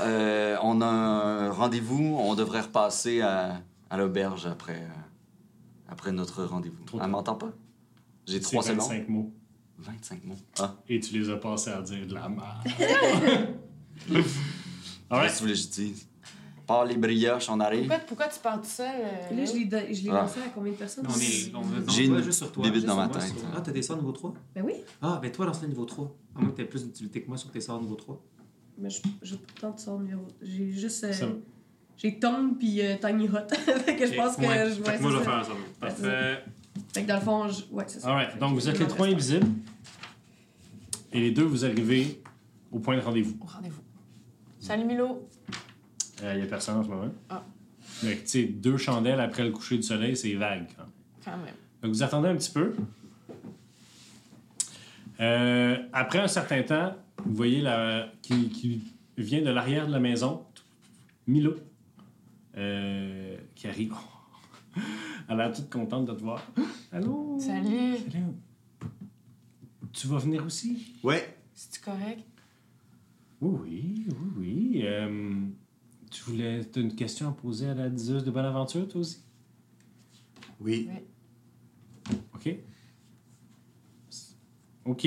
Euh, on a un rendez-vous. On devrait repasser à, à l'auberge après, euh, après notre rendez-vous.
Trop
Elle
tôt.
m'entend pas? J'ai
C'est
trois secondes.
25 mots.
25 mots. Ah,
Et tu les as passés à dire de la merde.
Ah
ouais.
Alright.
qu'est-ce que tu voulais que je dise? Par les brioches, on arrive.
Pourquoi, pourquoi tu parles tout seul? euh,
Là, je l'ai don- je l'ai
Ah.
lancé à combien de personnes?
On est. On on
J'ai
va
une
juste sur toi.
bibite
juste
dans
sur
ma
moi,
tête,
sur-
hein.
Ah, t'as des sorts niveau 3?
Ben oui.
Ah, ben toi, lance le niveau 3. À moins que t'aies plus d'utilité que moi sur tes sorts niveau 3.
Mais je, je tente son numéro. J'ai juste. euh,
Ça va.
j'ai Tombe puis euh, Tiny Hot. fait que je pense que je
Fait
vois
que moi, je
ça.
vais faire un sort niveau. Parfait.
Fait que dans le fond, je... ouais, c'est ça.
Alright, donc vous êtes les trois
Reste-
invisibles. Et les deux, vous arrivez au point de rendez-vous.
Au rendez-vous. Salut Milo.
Il n'y Euh, a personne en ce moment.
Ah.
Fait que, tu sais, deux chandelles après le coucher du soleil, c'est vague quand même.
Quand même.
Fait que vous attendez un petit peu. Euh, après un certain temps, vous voyez la, qui, qui vient de l'arrière de la maison, Milo, euh, qui arrive. Elle a l'air toute contente de te voir. Allô?
Salut.
Salut. Tu vas venir aussi?
Ouais.
C'est-tu correct?
Oui, oui, oui, oui. Euh, tu voulais. T'as une question à poser à la diseuse de Bonaventure, toi aussi?
Oui.
OK. OK.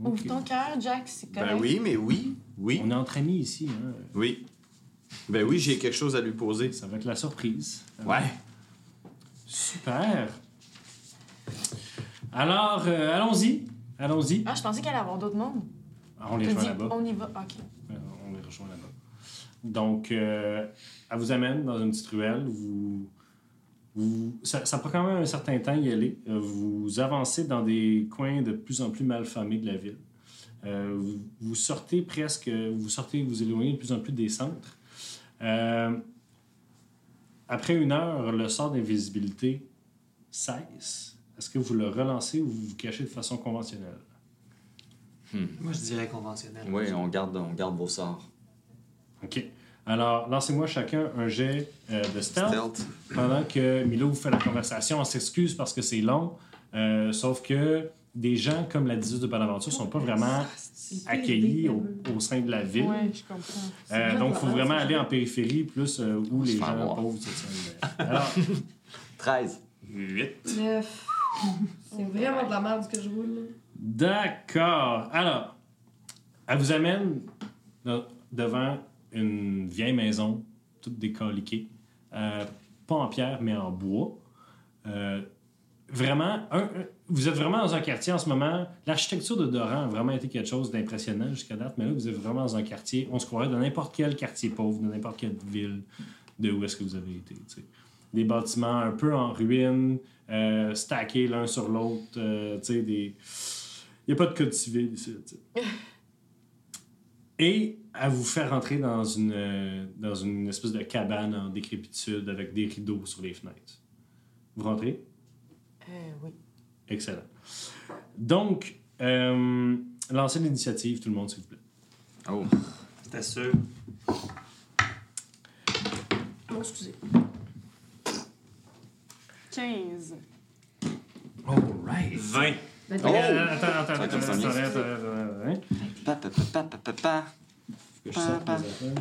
Ouvre
OK.
ton cœur, Jack, c'est correct.
Ben oui, mais oui. Oui.
On est entre amis ici, hein.
Oui. Ben oui, j'ai quelque chose à lui poser.
Ça va être la surprise. Euh,
Ouais.
Super. Alors, euh, allons-y. Allons-y.
Ah, je pensais qu'elle allait avoir d'autres mondes.
Ah, on les
T'as
rejoint
dit,
là-bas.
on y va. Ok.
Euh, On les rejoint là-bas. Donc, euh, elle vous amène dans une petite ruelle. Vous, vous- ça, ça prend quand même un certain temps y aller. Euh, Vous avancez dans des coins de plus en plus malfamés de la ville. Euh, vous, vous sortez presque, vous sortez, vous éloignez de plus en plus des centres. Euh, après une heure, le sort d'invisibilité cesse. Est-ce que vous le relancez ou vous vous cachez de façon conventionnelle?
Moi, je dirais conventionnel.
Oui, on garde, on garde vos sorts.
OK. Alors, lancez-moi chacun un jet euh, de stealth.
Stealth.
pendant que Milo vous fait la conversation, on s'excuse parce que c'est long. euh, sauf que des gens comme la 18 de Bonaventure sont pas vraiment
C'est
accueillis au,
PLD,
au sein de la ville.
Ouais, je comprends.
Euh,
bien
donc, il faut
probable,
vraiment
ça.
aller en périphérie, plus euh, où
se
les
faire
gens
voir.
pauvres se tiennent. Alors,
13.
8.
Neuf. C'est vraiment de la merde ce que je roule. là.
D'accord. Alors, elle vous amène de- devant une vieille maison, toute décoliquée. Euh, pas en pierre, mais en bois. Euh, vraiment, un- un- vous êtes vraiment dans un quartier en ce moment. L'architecture de Doran a vraiment été quelque chose d'impressionnant jusqu'à date, mais là, vous êtes vraiment dans un quartier. On se croirait dans n'importe quel quartier pauvre, de n'importe quelle ville de où est-ce que vous avez été. tu sais. Des bâtiments un peu en ruine, euh, stackés l'un sur l'autre. euh, tu sais, des... Il n'y a pas de code civil ici. tu sais. Et à vous faire rentrer dans une, euh, dans une espèce de cabane en décrépitude avec des rideaux sur les fenêtres. Vous rentrez?
Euh, oui.
Excellent. Donc, euh, lancez l'initiative, tout le monde, s'il vous plaît.
Oh.
T'es sûr?
Non, excusez.
15.
All right.
20.
Ben,
Oh!
Euh, Attends, attends, attends,
Ça,
attends,
comme ça,
attends,
bien.
attends, attends, attends, hein.
Pa, pa, pa, pa, pa, pa, pa.
Que je sorte
Pa, pa.
mes affaires.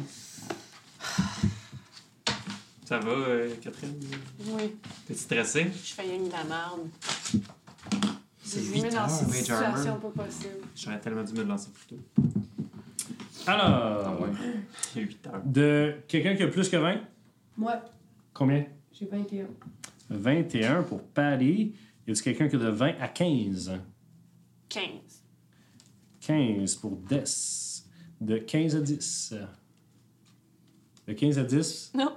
Ça va, euh, Catherine?
Oui.
T'es stressée?
Je fais rien que de la merde.
C'est
Je me mets
huit
dans
heures,
cette
Major Armor.
situation pas possible.
J'aurais tellement dû me le lancer plus tôt.
Alors,
ouais.
Ah
Ah,
8 heures.
de quelqu'un qui a plus que 20,
Moi,
combien?
J'ai 21.
21 pour Patty. Y a-t-il quelqu'un qui a de 20 à 15?
15.
15 pour Des. De 15 à 10. De 15 à 10.
Non.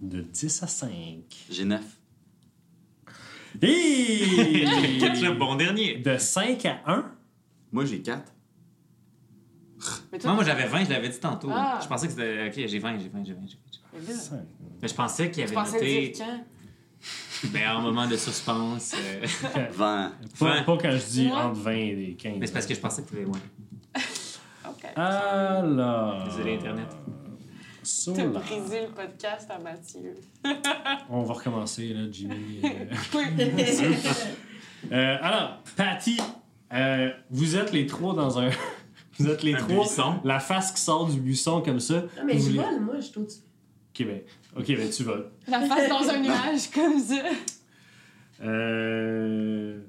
De 10 à 5.
J'ai 9.
le
Hey!
bon dernier.
de 5 à 1.
Moi, j'ai 4.
Mais toi,
Moi, moi j'avais 20, je l'avais dit tantôt.
Ah.
Je pensais que c'était. Ok, j'ai 20, j'ai 20, j'ai 20. j'ai 20.
Mais là,
Mais je pensais qu'il
Tu
avait
pensais
noté.
dire quand?
Ben, un moment de suspense. euh,
20.
Pas,
Vingt.
pas quand je dis
Ouais.
entre 20 et 15.
Mais c'est parce que je pensais que tu avais. Ouais.
OK.
Ah.
Alors.
Désolé, Internet.
Sur
T'as
la-
brisé le podcast à Mathieu.
On va recommencer, là, Jimmy. euh.
Oui.
Euh, alors, Patty, euh, vous êtes les trois dans un. vous êtes les
Un
trois.
buisson.
La face qui sort du buisson comme ça.
Non, mais
Vous
je
voulez-
vole, moi, je suis au-dessus.
Ok, ben, ok, ben tu voles.
La face dans un nuage comme ça.
Euh,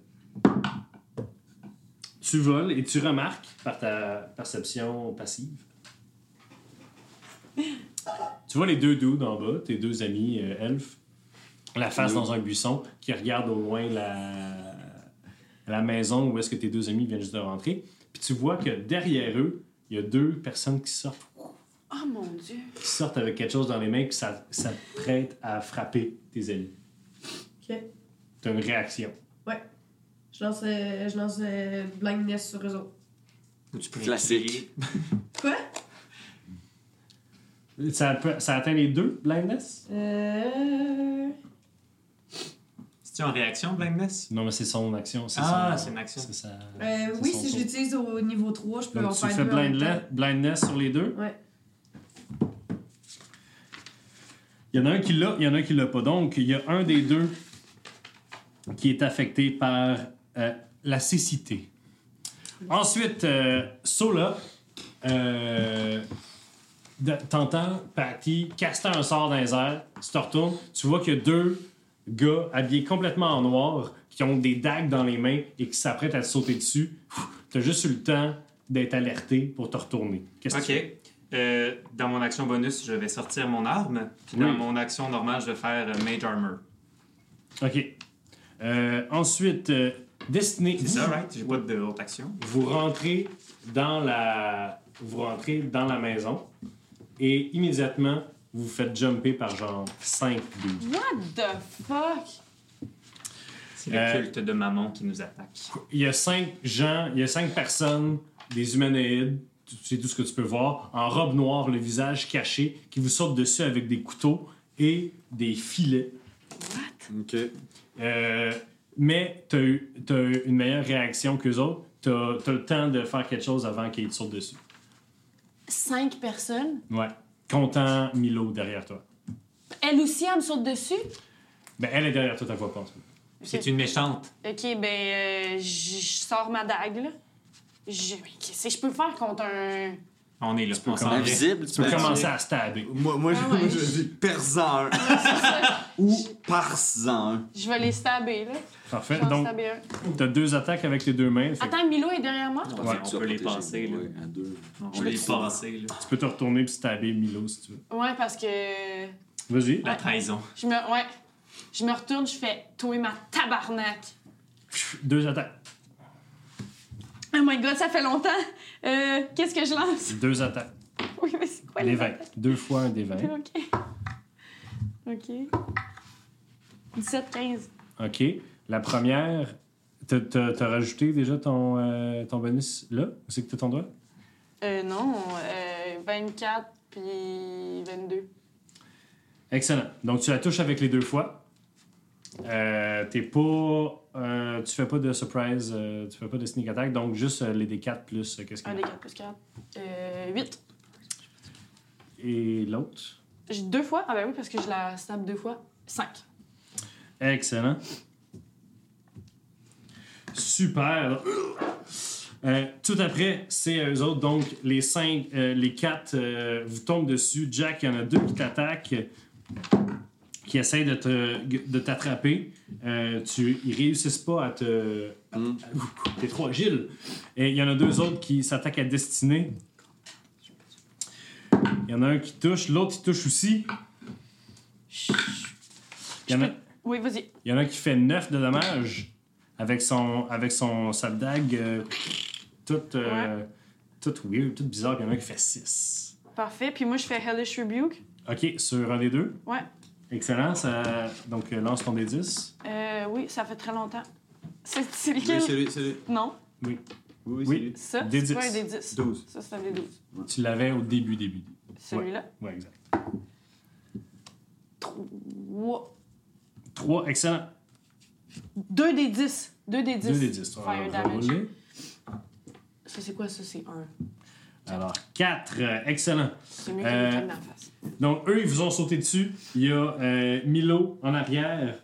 Tu voles et tu remarques par ta perception passive. Tu vois les deux dudes en bas, tes deux amis euh, elfes, la face dans un buisson, qui regardent au loin la, la maison où est-ce que tes deux amis viennent juste de rentrer. Puis tu vois que derrière eux, il y a deux personnes qui sortent,
Oh mon Dieu.
qui sortent avec quelque chose dans les mains, puis ça, ça te prête à frapper tes amis.
Ok.
T'as une réaction.
Je lance, euh, je lance euh, blindness sur eux autres.
Ou tu peux
Classique.
Quoi?
Ça, peut- ça atteint les deux, blindness?
Euh.
C'est-tu en réaction, Blindness?
Non, mais c'est son action. c'est
Ah,
son-
c'est une action.
c'est sa-
euh,
c'est
oui,
son
si je
tour.
l'utilise au niveau 3, je peux en
Donc, tu
faire
fais
deux en même
blindness, blindness sur les deux.
temps. Ouais.
Il y en a un qui l'a, il y en a un qui l'a pas. Donc, il y a un des deux qui est affecté par euh, la cécité. Ensuite, euh, Sola, euh, de- t'entends Patty caster un sort dans les airs, tu te retournes, tu vois qu'il y a deux gars habillés complètement en noir qui ont des dagues dans les mains et qui s'apprêtent à te sauter dessus. Pfff, T'as juste eu le temps d'être alerté pour te retourner. Qu'est-ce que
Ok.
tu fais?
Euh, dans mon action bonus, je vais sortir mon arme. Puis dans
Oui.
mon action normale, je vais faire euh, Mage Armor.
OK. Euh, ensuite, euh, Destiny.
C'est ça, right? J'ai pas d'autre action.
Vous rentrez dans la vous rentrez dans la maison et immédiatement vous vous faites jumper par genre 5 dudes.
What the fuck?
C'est le
Euh,
culte de maman qui nous attaque.
Il y a 5 gens, il y a 5 personnes, des humanoïdes, tu- c'est tout ce que tu peux voir, en robe noire, le visage caché, qui vous sautent dessus avec des couteaux et des filets.
OK.
Euh, mais t'as eu, t'as eu une meilleure réaction qu'eux autres. T'as t'as le temps de faire quelque chose avant qu'ils te sautent dessus.
Cinq personnes.
Ouais. Content Milo derrière toi.
Elle aussi, elle me saute dessus.
Ben, elle est derrière toi, t'as vois pas en ce moment.
C'est une méchante.
OK, ben, euh, j- je sors ma dague, là. Je- mais Qu'est-ce que je peux faire contre un...
On est là. On
peux
s'en vient.
Invisible,
Tu peux
peux
commencer à stabber.
Moi, moi
Ah ouais.
je, je dis persan un. Ou parsan un.
Je vais les stabber, là. Je
Parfait.
vais en
Donc,
stabber un.
t'as deux attaques avec tes deux mains. Fait que
Attends, Milo est derrière moi?
Ouais, on peut les passer. là.
à deux.
On peut les passer. là.
tu peux te retourner puis stabber Milo si tu veux.
Ouais, parce que... Je
Vas-y.
La trahison.
me... Ouais. Je me retourne, je fais « Toi, ma tabarnak!
Pfiou, Deux attaques. »
Oh my God, ça fait longtemps! Euh, Qu'est-ce que je lance?
Deux attaques.
Oui, mais c'est quoi
Des
les
20. Deux fois un des 20.
OK. OK. 17, 15.
OK. La première, t'as- t'as t'as rajouté déjà ton, euh, ton bonus là? Où c'est que t'as ton doigt?
Euh, non, euh, 24 puis 22.
Excellent. Donc, tu la touches avec les deux fois. Euh, t'es pas... euh, tu fais pas de surprise, euh, tu fais pas de sneak attack, donc juste euh, les D4 plus euh, qu'est-ce qu'il
Un
y
des
a.
4 plus 4. Euh, 8.
Et l'autre?
J'ai deux fois? Ah ben oui, parce que je la stab deux fois. 5.
Excellent. Super. Euh, tout après, c'est eux autres. Donc, les cinq, euh, les quatre euh, vous tombent dessus. Jack, il y en a deux qui t'attaquent, euh, qui essayent de, te- de t'attraper. Euh, tu, ils réussissent pas à te. à- à- T'es trop agile. Et il y en a deux autres qui s'attaquent à Destinée. Il y en a un qui touche, l'autre il touche aussi. Il y en a,
Oui, vas-y.
il y en a un qui fait 9 de dommages avec son avec son sa dague euh, toute euh, toute weird, toute bizarre, puis il y en a un qui fait 6.
Parfait. Puis moi, je fais Hellish Rebuke.
OK, sur un des deux.
Ouais.
Excellent, ça donc euh, lance ton D10.
Euh, oui, ça fait très longtemps. C'est c'est lequel?
Oui, c'est lui, c'est lui.
Non,
Oui,
Oui,
Oui.
oui,
ça,
Des
c'est pas un
dix.
des 10.
12.
Ça, c'est un des 12.
tu l'avais au début début.
Celui-là,
Ouais, exact.
trois.
3, excellent.
Deux des 10. Deux des 10.
2 des Ah, 10.
Fire damage. Ça, c'est quoi? Ça, c'est un.
Alors 4, excellent.
C'est mieux
Euh,
que le dans la face.
Donc, eux, ils vous ont sauté dessus. Il y a euh, Milo en arrière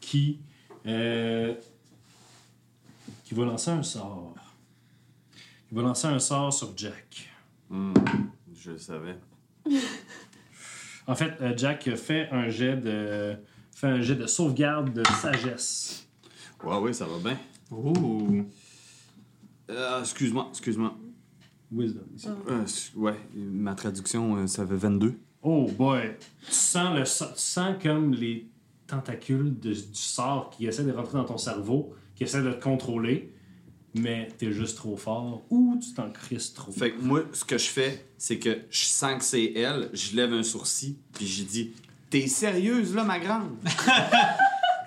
qui, euh, qui va lancer un sort. Il va lancer un sort sur Jack.
Hmm, je le savais.
En fait, euh, Jack fait un jet de fait un jet de sauvegarde de sagesse.
Ouais, oui, ça va bien.
Ouh.
Euh, excuse-moi, excuse-moi.
Wisdom. ici.
Euh, s- ouais, ma traduction, euh, ça veut 22.
Oh boy, tu sens le so- tu sens comme les tentacules de- du sort qui essaient de rentrer dans ton cerveau, qui essaient de te contrôler, mais t'es juste trop fort ou tu t'en crisses trop.
Fait que moi, ce que je fais, c'est que je sens que c'est elle, je lève un sourcil, puis je dis T'es sérieuse, là, ma grande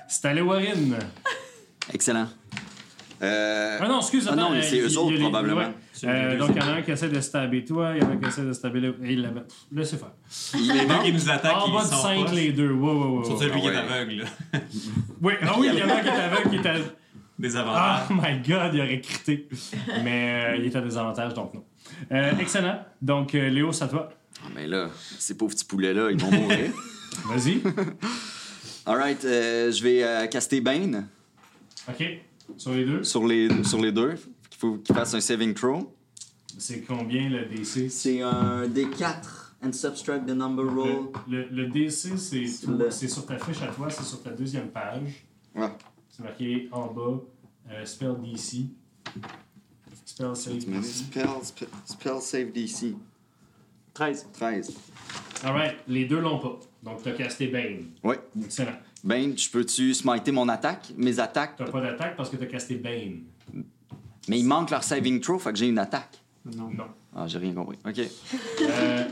C'est allé Warren.
Excellent. Euh,
Ah non, excuse,
Ah non,
attends,
mais
euh,
c'est
il-
eux
il y a
autres,
les-
probablement.
ouais. Euh, donc, il y en a un qui essaie de stabber toi, il y en a un qui essaie de stabber le. Hey, là, laissez faire.
Les deux qui nous attaquent,
En
ils
bas de
sont
5,
proches.
Ah, les deux. Ouais, ouais, ouais,
Sur
ouais.
celui qui
Ouais.
est aveugle, là.
Oui, ah oui, il y en a un qui est aveugle, qui est à.
Des
Ah
avantages.
my god, il aurait crité. Mais euh, il est à désavantage, donc non. Euh, excellent. Donc, euh, Léo, c'est à toi.
ah, mais là, ces pauvres petits poulets-là, ils vont mourir.
Vas-y.
Alright, euh, je vais euh, caster Bane
OK. Sur les deux,
sur les, sur les deux. Il faut qu'ils fassent un saving throw.
c'est combien le DC?
C'est un D4 and subtract the number
Le, le- le DC, c'est
Le-
c'est sur ta fiche à toi, c'est sur ta deuxième page.
Mm-hmm. Ouais.
C'est marqué en bas, euh, spell DC. Spell save DC.
Spell, spell, spell save DC. 13. 13.
Alright, les deux l'ont pas. Donc t'as casté Bane.
Ouais.
Excellent.
Bane, je peux-tu smiter mon attaque, mes attaques?
T'as pas d'attaque parce que t'as casté Bane.
Mais il manque leur saving throw, fait que j'ai une attaque.
Non.
Ah, j'ai rien compris. OK.
Euh,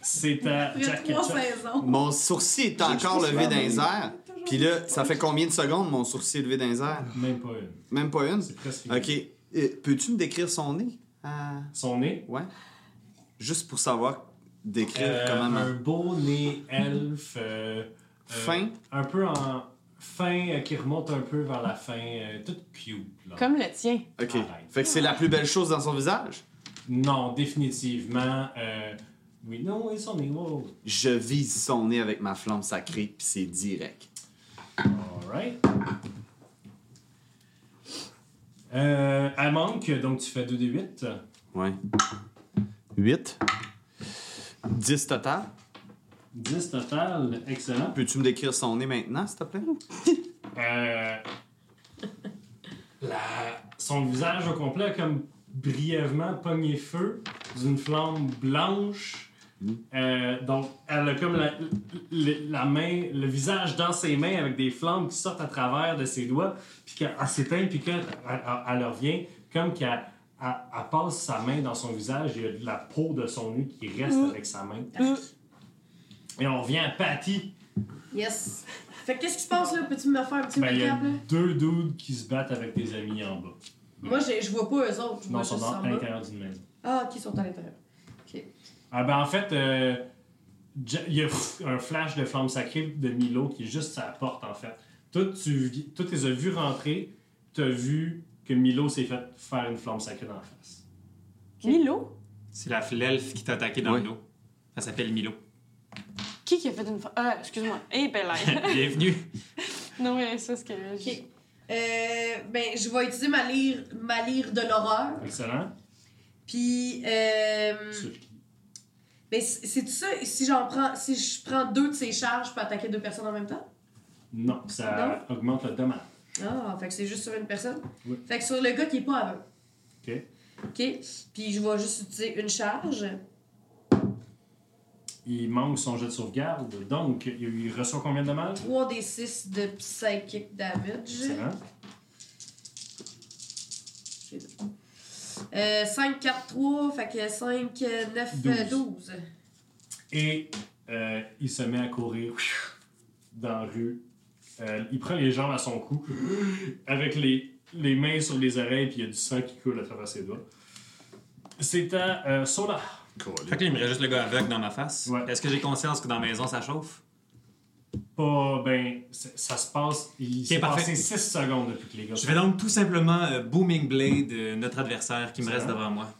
c'est à
Il y a
Jack
trois
Ketchup.
saisons.
Mon sourcil est encore
Je sais
levé
pas,
dans les
mais-
airs. Puis là, ça fait combien de secondes mon sourcil est levé dans les airs
Même pas une.
Même pas une
C'est presque une.
Ok. Euh, Peux-tu me décrire son nez Ah,
Son nez.
Ouais. Juste pour savoir décrire
Euh,
comment. ma-
un beau nez elfe. euh, euh,
Fin.
Un peu en fin euh, qui remonte un peu vers la fin. euh, tout cute. Là.
Comme le tien.
Ok.
Arrête.
Fait que c'est la plus belle chose dans son visage.
Non, définitivement. euh, oui, non, et son nez. wow.
Je vise son nez avec ma flamme sacrée, puis c'est direct.
Alright. Euh, elle manque, donc tu fais 2d8.
Ouais. 8. 10 total.
10 total, excellent.
Peux-tu me décrire son nez maintenant, s'il te plaît?
Euh, la- son visage au complet a comme brièvement pogné feu d'une flamme blanche. Euh, donc, elle a comme la, le- la main, le visage dans ses mains avec des flammes qui sortent à travers de ses doigts, puis qu'elle elle s'éteint, puis qu'elle elle, elle- elle revient, comme qu'elle elle- elle passe sa main dans son visage, il y a de la peau de son nez qui reste avec sa main.
Euh,
Et on revient à Patty.
Yes. Fait que qu'est-ce qui se passe là? Peux-tu me faire un petit
Ben, il y a
recap là?
deux dudes qui se battent avec des amis en bas.
Moi, j'ai- je vois pas eux autres. Je
Non,
vois
ils sont
juste
dans-
en
à
bas.
l'intérieur d'une maison.
Ah, qui sont à l'intérieur. Ok.
Ah ben en fait, euh, Ja- il y a pff, un flash de flamme sacrée de Milo qui est juste à la porte en fait. Toi, tu vi- toi, les as vus rentrer, tu as vu que Milo s'est fait faire une flamme sacrée dans la face.
Milo?
C'est la l'elfe qui t'a attaqué dans
Oui.
le dos. Elle s'appelle Milo.
Qui qui a fait une... fa- Ah, excuse-moi. Eh, ben là.
Bienvenue.
non, mais ça, c'est que...
Ok. Euh, ben, je vais utiliser ma lyre, ma lyre de l'horreur.
Excellent.
Puis, euh,
Sur-
ben, c'est c'est tout ça. Si j'en prends, si je prends deux de ces charges, je peux attaquer deux personnes en même temps.
Non, ça augmente le dommage.
Ah, fait que c'est juste sur une personne.
Oui.
Fait que sur le gars qui est pas aveugle.
Ok.
Ok. Puis je vais juste utiliser une charge.
il manque son jet de sauvegarde. Donc, il reçoit combien de dommages
3 des 6 de psychic damage.
Excellent.
Euh, 5, 4, 3, fait que euh, 5, 9,
Douze.
12.
Et euh, il se met à courir dans la rue. Euh, il prend les jambes à son cou, avec les, les mains sur les oreilles, puis il y a du sang qui coule à travers ses doigts. C'est à euh, Sola.
Fait que là, il me reste juste le gars aveugle dans ma face.
Ouais.
Est-ce que j'ai conscience que dans la maison, ça chauffe?
Pas, ben, c'est- ça se passe. Il s'est
parfait.
passé 6 secondes depuis que les gars.
Je vais donc tout simplement euh, Booming Blade, euh, notre adversaire qui me reste devant moi.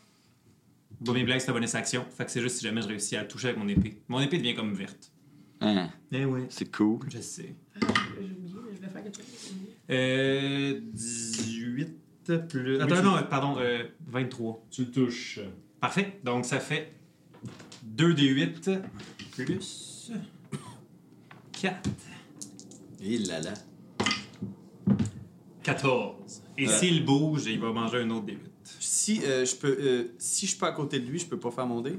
Booming Blade, c'est la bonus action. Fait que c'est juste si jamais je réussis à le toucher avec mon épée. Mon épée devient comme verte.
Hein,
Eh oui.
c'est cool.
Je sais.
J'ai oublié, mais Ah, je vais faire quelque chose.
Euh. 18 plus. Attends,
tu-
non, euh, pardon, euh, 23.
Tu le touches.
Parfait. Donc ça fait 2 d 8 plus 4.
Eh
Il là là.
14. Et
Euh.
s'il bouge, il va manger un autre d 8.
Si euh, je peux, euh, si je suis pas à côté de lui, je peux pas faire mon dé.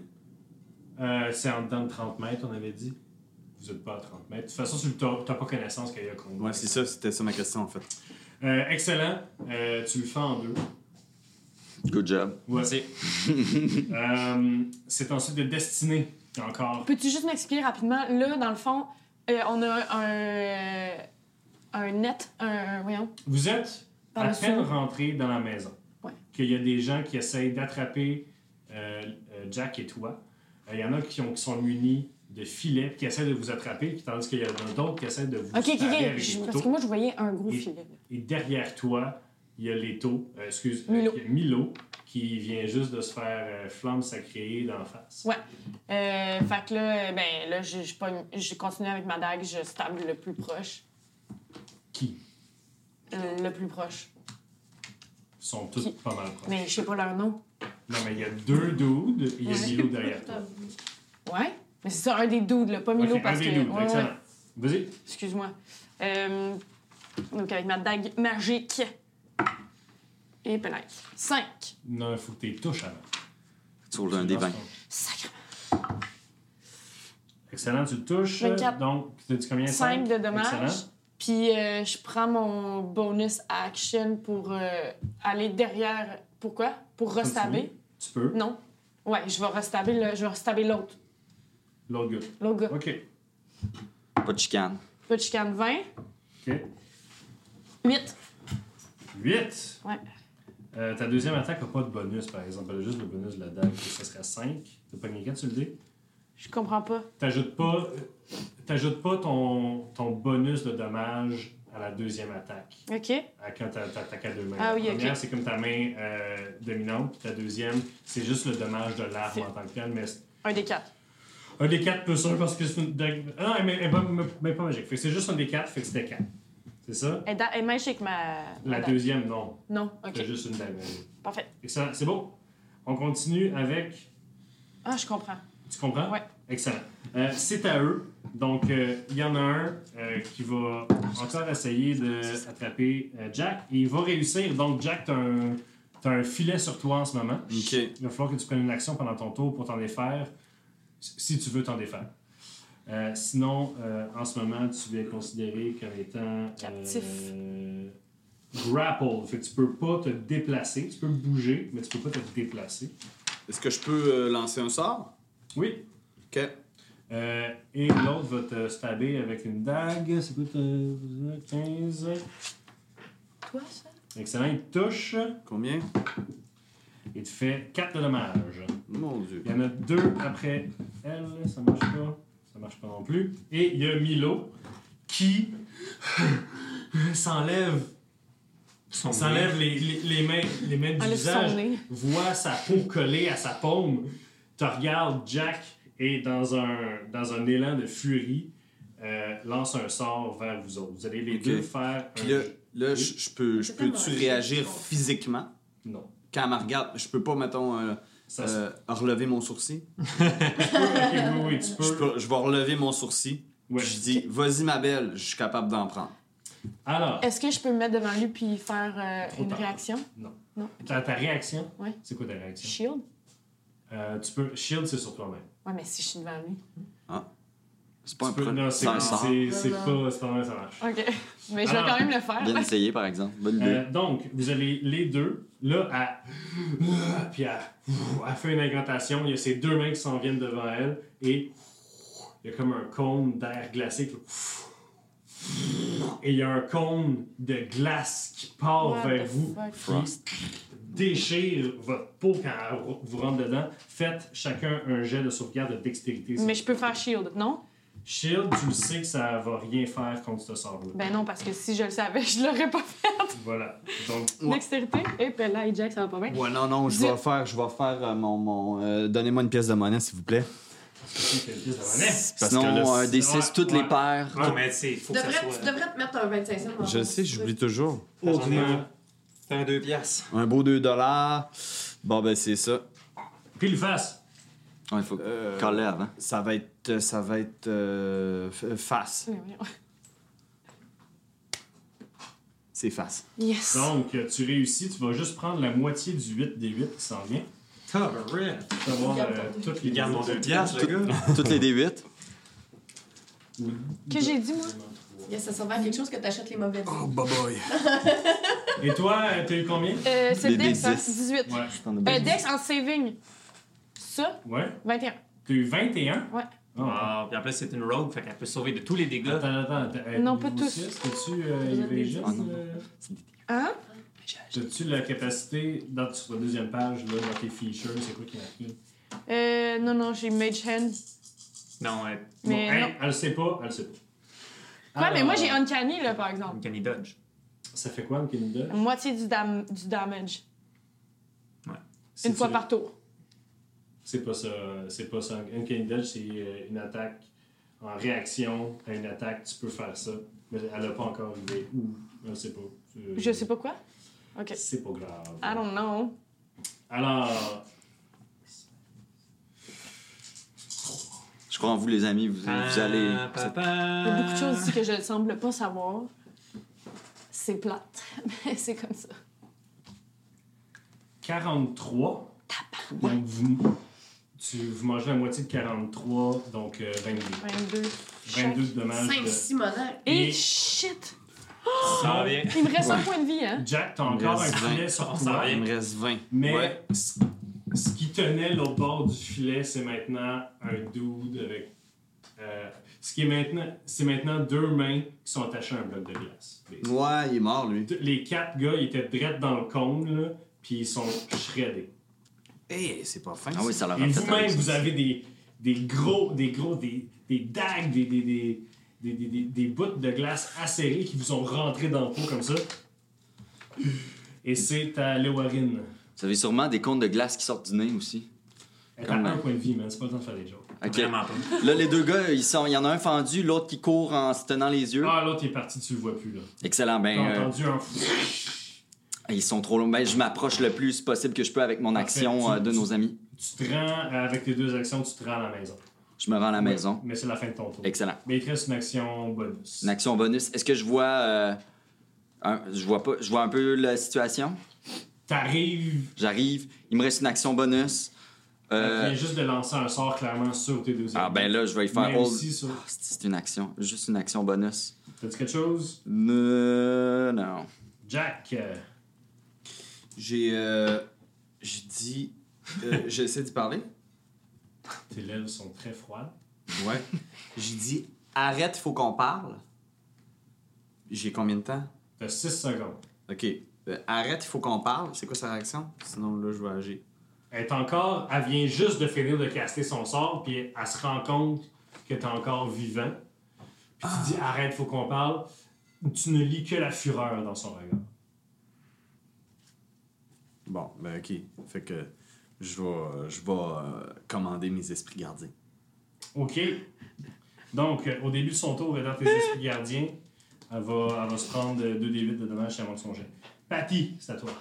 Euh, c'est en dedans de 30 mètres, on avait dit. Vous êtes pas à 30 mètres. De toute façon, tu n'as pas connaissance qu'il y a un combat.
Ouais, c'est ça, c'était ça ma question en fait.
Euh, excellent. Euh, tu le fais en deux.
Good job.
Ouais.
C'est
Euh, c'est ensuite de destinée. Encore.
Peux-tu juste m'expliquer rapidement? Là, dans le fond, euh, on a un. euh, un net. Un. Voyons.
Vous êtes
Par
à
le
peine
sous.
rentré dans la maison.
Ouais.
Qu'il y a des gens qui essayent d'attraper euh, euh, Jack et toi. Euh, Il y en a qui, ont- qui sont munis de filets puis qui essaient de vous attraper, puis tandis qu'il y en a d'autres qui essaient de vous
Ok, ok,
stabber
ok.
avec
Je-
des
Parce
couteaux.
que moi, je voyais un gros
Et-
filet. là.
Et derrière toi, il y a Leto, euh, excuse, euh,
Milo.
qui- Milo, qui vient juste de se faire euh, flamme sacrée d'en face.
Ouais. Euh, fait que là, euh, ben, là, je, je, pogne- je continue avec ma dague, je stable le plus proche.
Qui
Euh, le plus proche.
sont tous
Qui?
pas mal proches.
Mais je sais pas leur nom.
Non, mais il y a deux dudes et il y a
Ouais.
Milo derrière toi.
Ouais? Mais c'est ça, un des dudes, là, pas Milo,
Ok, un
parce
des
que.
dudes,
ouais,
excellent.
ouais,
Vas-y.
Excuse-moi. Euh, donc, avec ma dague magique. Et peut-être. 5.
Non, il faut que tu les touches avant.
Tu roules un des 20.
Sacrement.
Excellent, tu le touches.
24.
Donc, tu dis combien
5 de dommages.
Excellent.
Puis, euh, je prends mon bonus action pour euh, aller derrière. Pourquoi? Pour restaber.
Tu peux.
Non. Ouais, je vais restaber le- je vais restaber l'autre.
L'autre gars.
L'autre gars.
Ok.
ben, Pas de chicane.
Là, je chicane 20.
Ok.
8.
8.
Ouais.
Euh, ta deuxième attaque n'a pas de bonus, par exemple. Elle a juste le bonus de la dague. Ça serait 5. T'as pas gagné 4, tu le dis.
Je comprends pas.
T'ajoutes pas, euh, t'ajoutes pas ton, ton bonus de dommage à la deuxième attaque.
OK.
à quand t'a- t'attaques à deux mains.
Ah oui,
la
ok.
première, c'est comme ta main euh, dominante, puis ta deuxième, c'est juste le dommage de l'arme
C'est-
en tant que tel. Mais c'est-
Un des quatre.
un des quatre plus un parce que c'est une dague. Ah non, mais, mais, pas- mais pas magique. Fait que c'est juste un des quatre, fait que c'était quatre. C'est ça?
Elle da- elle magique, ma. ma
La
dague.
deuxième, non.
Non, OK.
T'as juste une dague magique.
Parfait.
Excellent. C'est bon. On continue avec.
Ah, je comprends.
Tu comprends?
Ouais.
Excellent. Euh, c'est à eux. Donc, euh, il y en a un euh, qui va encore essayer d'attraper Jack. Et il va réussir. Donc, Jack, t'as un, t'as un filet sur toi en ce moment.
Ok.
Il va falloir que tu prennes une action pendant ton tour pour t'en défaire, si tu veux t'en défaire. Euh, sinon, euh, en ce moment, tu es considéré comme étant euh,
Captif.
grapple. Fait que tu peux pas te déplacer. Tu peux bouger, mais tu peux pas te déplacer.
Est-ce que je peux euh, lancer un sort
Oui.
Ok.
Euh, et l'autre va te stabber avec une dague. euh, C'est quoi ta- 15.
Toi, ça?
Excellent. Il te touche.
Combien
Il te fait 4 de dommages.
Mon dieu.
Il y en a deux après elle, ça marche pas. Ça marche pas non plus. Et il y a Milo qui s'enlève
son
s'enlève les, les, les mains, les mains du
Enlève Ah,
visage,
son nez.
voit sa peau collée à sa paume, te regarde Jack et dans un, dans un élan de furie, euh, lance un sort vers vous autres. Vous allez les
Ok.
deux faire un...
Puis là, là je je peux, je
C'est tellement
peux-tu
vrai.
réagir physiquement
Non.
quand elle me regarde Je peux pas, mettons, euh,
Ça se
euh, relever mon sourcil.
peut. Ok, oui, oui, tu
Je,
peux.
peux- je vais relever mon sourcil.
Ouais.
Puis Je dis, vas-y ma belle, je suis capable d'en prendre.
Alors,
Est-ce que je peux me mettre devant lui puis faire euh,
Trop
une
tard.
réaction?
ta, ta réaction,
Ouais.
c'est quoi ta réaction?
Shield?
Euh, tu peux... Shield, c'est sur toi-même.
Ouais, mais si je suis devant lui.
C'est pas un
Tu peux-
problème.
Non, c'est
Ça sort.
c'est- c'est pas c'est pas vrai, ça marche.
OK. Mais je vais
Alors-
quand même le faire.
Bien
là.
essayé, par exemple. Bonne idée.
Euh, donc, vous avez les deux, là, à. Puis elle, elle fait une incantation, il y a ces deux mains qui s'en viennent devant elle, et il y a comme un cône d'air glacé qui. Et il y a un cône de glace qui part
What
vers
the
vous,
fuck?
qui déchire votre peau quand elle vous rentre dedans. Faites chacun un jet de sauvegarde de dextérité.
Mais je peux faire shield, non?
Shield, tu le sais que ça va rien faire contre ce sort-là.
Ben non, parce que si je le savais, je l'aurais pas fait.
Voilà. Donc,
Ouais.
Dextérité. Et puis là, Jack, ça va pas bien.
Euh.
Ouais, non, non, je
Zip.
vais le faire, je vais faire euh, mon. mon euh, Donnez-moi une pièce de monnaie, s'il vous plaît. euh,
tu fais le pièce de monnaie.
Parce
Sinon,
que là,
un des
Ouais,
six, toutes
ouais.
les paires.
Non, mais tu sais, faut que ça
Devrais-
soit.
Tu devrais te mettre un 25 cents. dans
Je
ton
sais,
truc.
j'oublie toujours.
J'en ai
Hautement.
un. T'as un deux piastres.
Un beau 2 Bon, ben, c'est ça.
Puis le face.
Ouais, il faut
Euh,
coller avant.
Ça va être. euh, Ça va être. euh, f- face.
Oui, voyons.
C'est face.
Yes.
Donc, euh, tu réussis, tu vas juste prendre la moitié du 8 des 8 qui s'en vient.
Tabaret.
Tu vas voir euh, toutes les
Il garde mon deux piastres, le gars.
Toutes les D8.
Que j'ai dit, moi?
Yes, ça sert à quelque chose que t'achètes les mauvais dés.
bye bye.
Et toi, euh, t'as eu combien
Euh, c'est
Des-
Dex,
des
hein?
dix.
18.
Ouais.
T'en as
Euh,
bien.
Dex en saving. Ça,
Ouais.
21.
T'as eu 21
Ouais.
Ah,
Ah, puis en plus, c'est une rogue, fait qu'elle peut sauver de tous les dégâts.
Attends, attends, attends. Euh,
Non, pas
niveau
tous.
six, T'as-tu euh,
Vous êtes des
Evasion,
Ah, non,
euh,
Hein?
T'as-tu la capacité, dans, sur la deuxième page, là, dans tes features, c'est quoi qui marqué
Euh, non, non, j'ai Mage Hand.
Non, euh,
Mais
Bon,
non.
hein, elle le sait pas, elle le sait pas.
Quoi, mais
Alors,
moi, j'ai Uncanny, là, par exemple.
une canny dodge.
Ça fait quoi, un Canada
Moitié du, dam du damage.
Si
Une
tu-
fois par tour.
C'est pas ça. C'est pas ça. Un Kindle, c'est euh, une attaque en réaction à une attaque. Tu peux faire ça. Mais elle n'a pas encore arrivé. Ou, je sais pas. Euh,
Je sais pas quoi. OK.
C'est pas grave.
I don't know.
Alors,
Je crois en vous, les amis. Vous, vous allez.
Ah,
vous êtes-
Il y a
papa.
beaucoup de choses ici que je ne semble pas savoir. C'est plate, mais c'est comme ça.
43. Donc, vous, tu, vous mangez la moitié de 43, donc euh, 22.
22.
22 de dommages.
5
de-
simonaires.
Et
Et-
shit!
Ça va bien.
Il me reste un point de vie, hein?
Jack, t'as encore un
Yes,
filet
20.
sur
On
toi.
s'en
Il me reste 20.
Mais
Ouais.
ce ce qui tenait l'autre bord du filet, c'est maintenant un dude avec. euh, ce qui est maintenant, c'est maintenant deux mains qui sont attachées à un bloc de glace. Les-
Ouais, il est mort, lui.
Les quatre gars, ils étaient drettes dans le cône, là, puis ils sont shreddés.
Hey, c'est pas fin.
Ah oui, ça leur
Et
a fait un
vous-même,
sens.
vous avez des, des gros, des gros, des, des dagues, des, des, des, des, des, des- des bouts de glace acérées qui vous ont rentré dans le pot comme ça. Et c'est à Lewarine.
Vous avez sûrement des comptes de glace qui sortent du nez aussi.
Elle
Quand
a un
même.
point de vie, man. C'est pas le temps de faire des jokes.
Ok.
Vraiment pas.
Là, les deux gars, ils sont- il y en a un fendu, l'autre qui court en se tenant les yeux.
Ah, l'autre est parti, tu le vois plus, là.
Excellent. Ben,
T'as
euh,
entendu un
ils sont trop longs. Ben, je m'approche le plus possible que je peux avec mon
Parfait.
action
Tu-
euh, de
tu-
nos amis.
Tu te rends, euh, avec tes deux actions, tu te rends à la maison.
Je me rends à la maison.
Mais c'est la fin de ton tour.
Excellent.
Mais il te reste une action bonus.
Une action bonus. Est-ce que je vois. euh, un- je vois pas. Je vois un peu la situation.
T'arrives,
J'arrive. Il me reste une action bonus.
tu
Euh,
viens juste de lancer un sort clairement sur tes deux
ah, ben là, je vais y
Mais
faire. hold.
aussi sur-
Ah, c'est une action. Juste une action bonus.
T'as-tu quelque chose?
Euh, non.
Jack, euh,
J'ai. Euh, j'ai dit. euh, J'essaie d'y parler.
tes lèvres sont très froides.
Ouais. J'ai dit arrête, faut qu'on parle. J'ai combien de temps?
T'as 6 secondes.
Ok. Euh, arrête, il faut qu'on parle. C'est quoi sa réaction? Sinon, là, je vais agir.
Elle est encore... Elle vient juste de finir de caster son sort, puis elle se rend compte que t'es encore vivant. Puis
Ah.
tu dis « Arrête, faut qu'on parle ». Tu ne lis que la fureur dans son regard.
Bon, ben ok. Fait que je vais, je vais euh, commander mes esprits gardiens.
OK. Donc, euh, au début de son tour, euh, dans tes esprits gardiens, elle va, elle va se prendre 2 D8 de dommages avant de son jet. Patty, c'est à toi.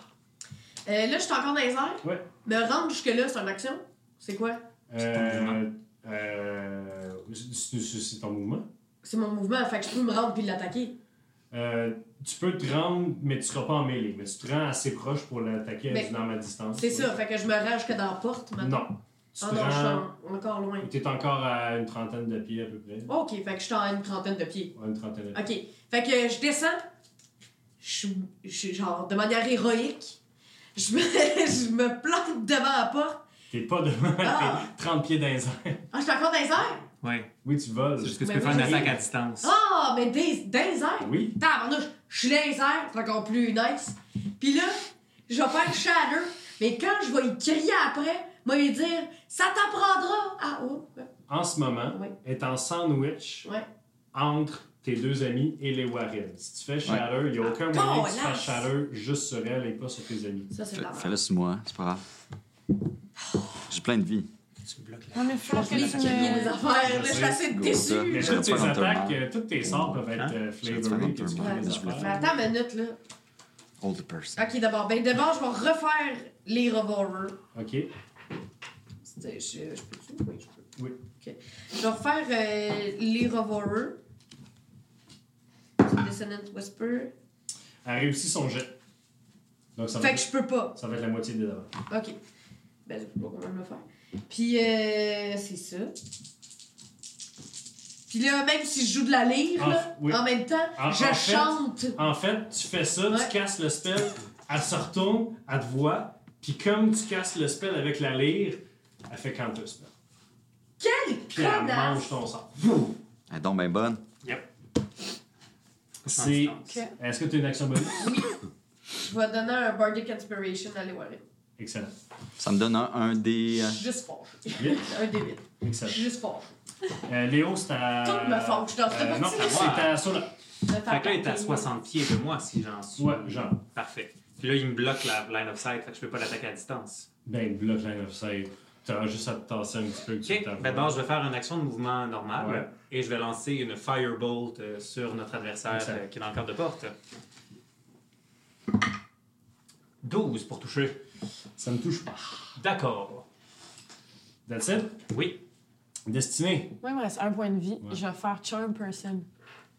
Euh, là, je suis encore dans les airs.
Ouais.
Me rendre jusque-là, c'est une action. C'est quoi?
Euh, euh, c'est- c'est c'est ton mouvement.
C'est mon mouvement, fait que je peux me rendre puis l'attaquer.
Euh, tu peux te rendre, mais tu seras pas en mêlée. Mais tu te rends assez proche pour l'attaquer
Mais-
dans ma distance.
C'est ça, fait que je me rends jusque dans la porte maintenant.
Non. Tu
Ah
te
non, je
rends.
suis en- encore loin.
T'es encore à une trentaine de pieds à peu près.
Ok, fait que je suis à une trentaine de pieds.
Ouais, une trentaine de pieds.
Ok, fait que je descends. Je suis- je suis genre de manière héroïque. Je me, je me plante devant la porte.
T'es pas devant,
Ah.
t'es 30 pieds dans les airs.
Ah, je suis encore dans les airs?
Ouais.
Oui, tu voles.
C'est juste que tu
Mais
peux faire
oui,
une
oui.
attaque à distance.
Ah, mais des- dans les airs?
Oui.
Tabarnouche, je suis dans les airs, c'est encore plus nice. Puis là, je vais faire Shatter, mais quand je vais y crier après, moi lui dire Ça t'apprendra! Ah, oh,
En ce moment,
Oui.
est en sandwich
ouais.
entre tes deux amis et les Warren. Si tu fais Shatter, il n'y a aucun
Ah,
moyen que tu
colasse.
fasses Shatter juste sur elle et pas sur tes amis.
Ça, c'est de la merde.
Fais-le sur moi, c'est pas grave. J'ai plein de vie.
Non, mais faut que
J'ai
tu
crié des
me...
affaires, là, je suis assez
Go, ça.
déçue.
Mais
Je vais
toutes
te faire
tes
un turn
attaques,
around.
euh, tous tes sorts peuvent
Hein?
être euh,
Je vais te faire un
flavory.
turn
qu'est-ce que
around.
tu veux
Je voulais
Mais
faire?
attends une minute, là.
Older person.
Ok, d'abord, ben d'abord, je vais refaire les revolvers.
Ok.
C'était- Je, je peux-tu? Oui, je peux.
Oui.
Ok. Je vais refaire euh, les revolvers. Dissonant Whisper.
Elle réussit son jet. Donc ça va,
Fait que
être,
je peux pas.
ça va être la moitié des dégâts.
Ok. Ben, je sais pas comment le faire. Puis, euh, c'est ça. Puis là, même si je joue de la lyre,
En-
là,
oui.
en même temps,
En-
je
en fait-
chante.
En fait, tu fais ça,
Ouais.
tu casses le spell, elle se retourne, elle te voit, puis comme tu casses le spell avec la lyre, elle fait counter spell.
Quelle
Puis elle mange
connasse!
ton sang.
Elle est donc bien bonne.
C'est.
Ok.
Est-ce que tu as une action bonus
Je vais donner un Bardic Inspiration à Lewarim.
Excellent.
Ça me donne un, un des.
Je
euh,
suis juste fâchée.
Bien.
Un des huit. Je
Excellent.
suis juste fâchée.
Euh, Léo, c'est à.
Tout me fâche, je dois
Euh, Non,
repartir.
c'est à Sola.
Fait
Fait que là, il est à 60 pieds de moi si j'en suis.
Ouais, genre.
Parfait. Puis là, il me bloque la line of sight, fait que je peux pas l'attaquer à distance.
Ben, block line of sight. T'as juste à te tasser un petit peu. que tu
Ok,
t'en vas.
ben, d'abord, je vais faire une action de mouvement normal
Ouais.
et je vais lancer une firebolt euh, sur notre adversaire
Excellent.
euh, qui est dans le cadre de porte. 12 pour toucher.
Ça ne touche pas.
D'accord.
That's it.
Oui.
Destiné.
Moi, il me reste un point de vie.
Ouais.
Je vais faire Charm Person.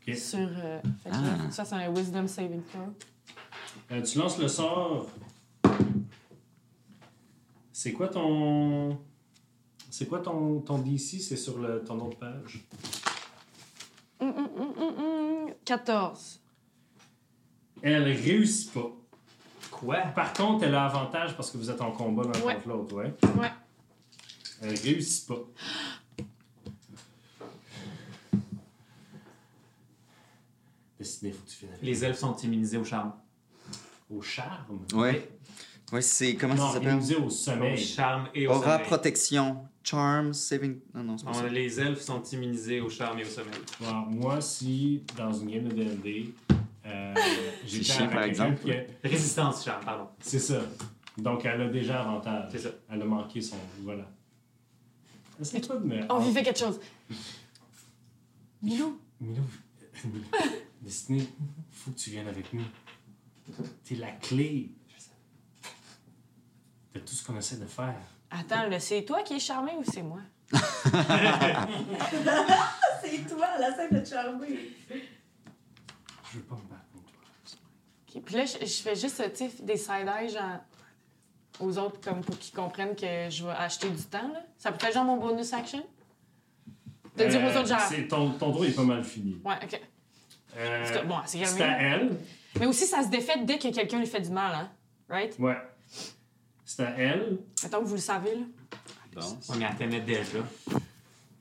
Ok.
Sur. euh, fait que
Ah.
là, ça, c'est un Wisdom Saving Throw.
Euh, tu lances le sort. C'est quoi ton. C'est quoi ton, ton DC C'est sur le, ton autre page.
Hum, hum, hum, hum, hum. 14.
Elle réussit pas.
Quoi?
Par contre, elle a avantage parce que vous êtes en combat l'un
Ouais.
contre l'autre, ouais.
Ouais.
Elle réussit pas. Destiné, faut que tu finisses avec-
Les elfes sont immunisés au charme.
Au charme.
Ouais. Ouais, c'est. Comment ça
Non, il
s'appelle
nous dit au
Au
sommeil.
charme et au
Aura
sommeil.
protection. Charm saving. Non, non, c'est pas
On-
ça.
les elfes sont immunisés au charme et au sommeil.
Alors, moi, si dans une game de DD, euh,
C'est
j'étais
chiant,
avec
par
quelqu'un
exemple.
qui a-
Résistance charme, pardon.
C'est ça. Donc, elle a déjà avantage.
C'est ça.
Elle a manqué son. Voilà. Essaye pas de me.
On vivait Oh, quelque chose. Milou.
Milou, Milou, Destiny, faut que tu viennes avec nous. T'es la clé de tout ce qu'on essaie de faire.
Attends, là, c'est toi qui es charmé ou c'est moi?
C'est toi, la scène de Charlie.
Je veux pas me battre contre toi.
Ok, Puis là, je, je fais juste, euh, tu sais, des side-eyes, genre, aux autres, comme pour qu'ils comprennent que je vais acheter du temps, là. Ça peut faire genre mon bonus action? De dire aux
Euh,
autres, genre.
c'est- Ton, ton tour est pas mal fini.
Ouais, OK.
Euh,
Parce que, bon, c'est
c'est à
calme.
elle.
Mais aussi, ça se défait dès que quelqu'un lui fait du mal, hein? Right?
Ouais. C'est à elle.
Mettons que vous le savez, là.
Bon.
On est à Tenet déjà.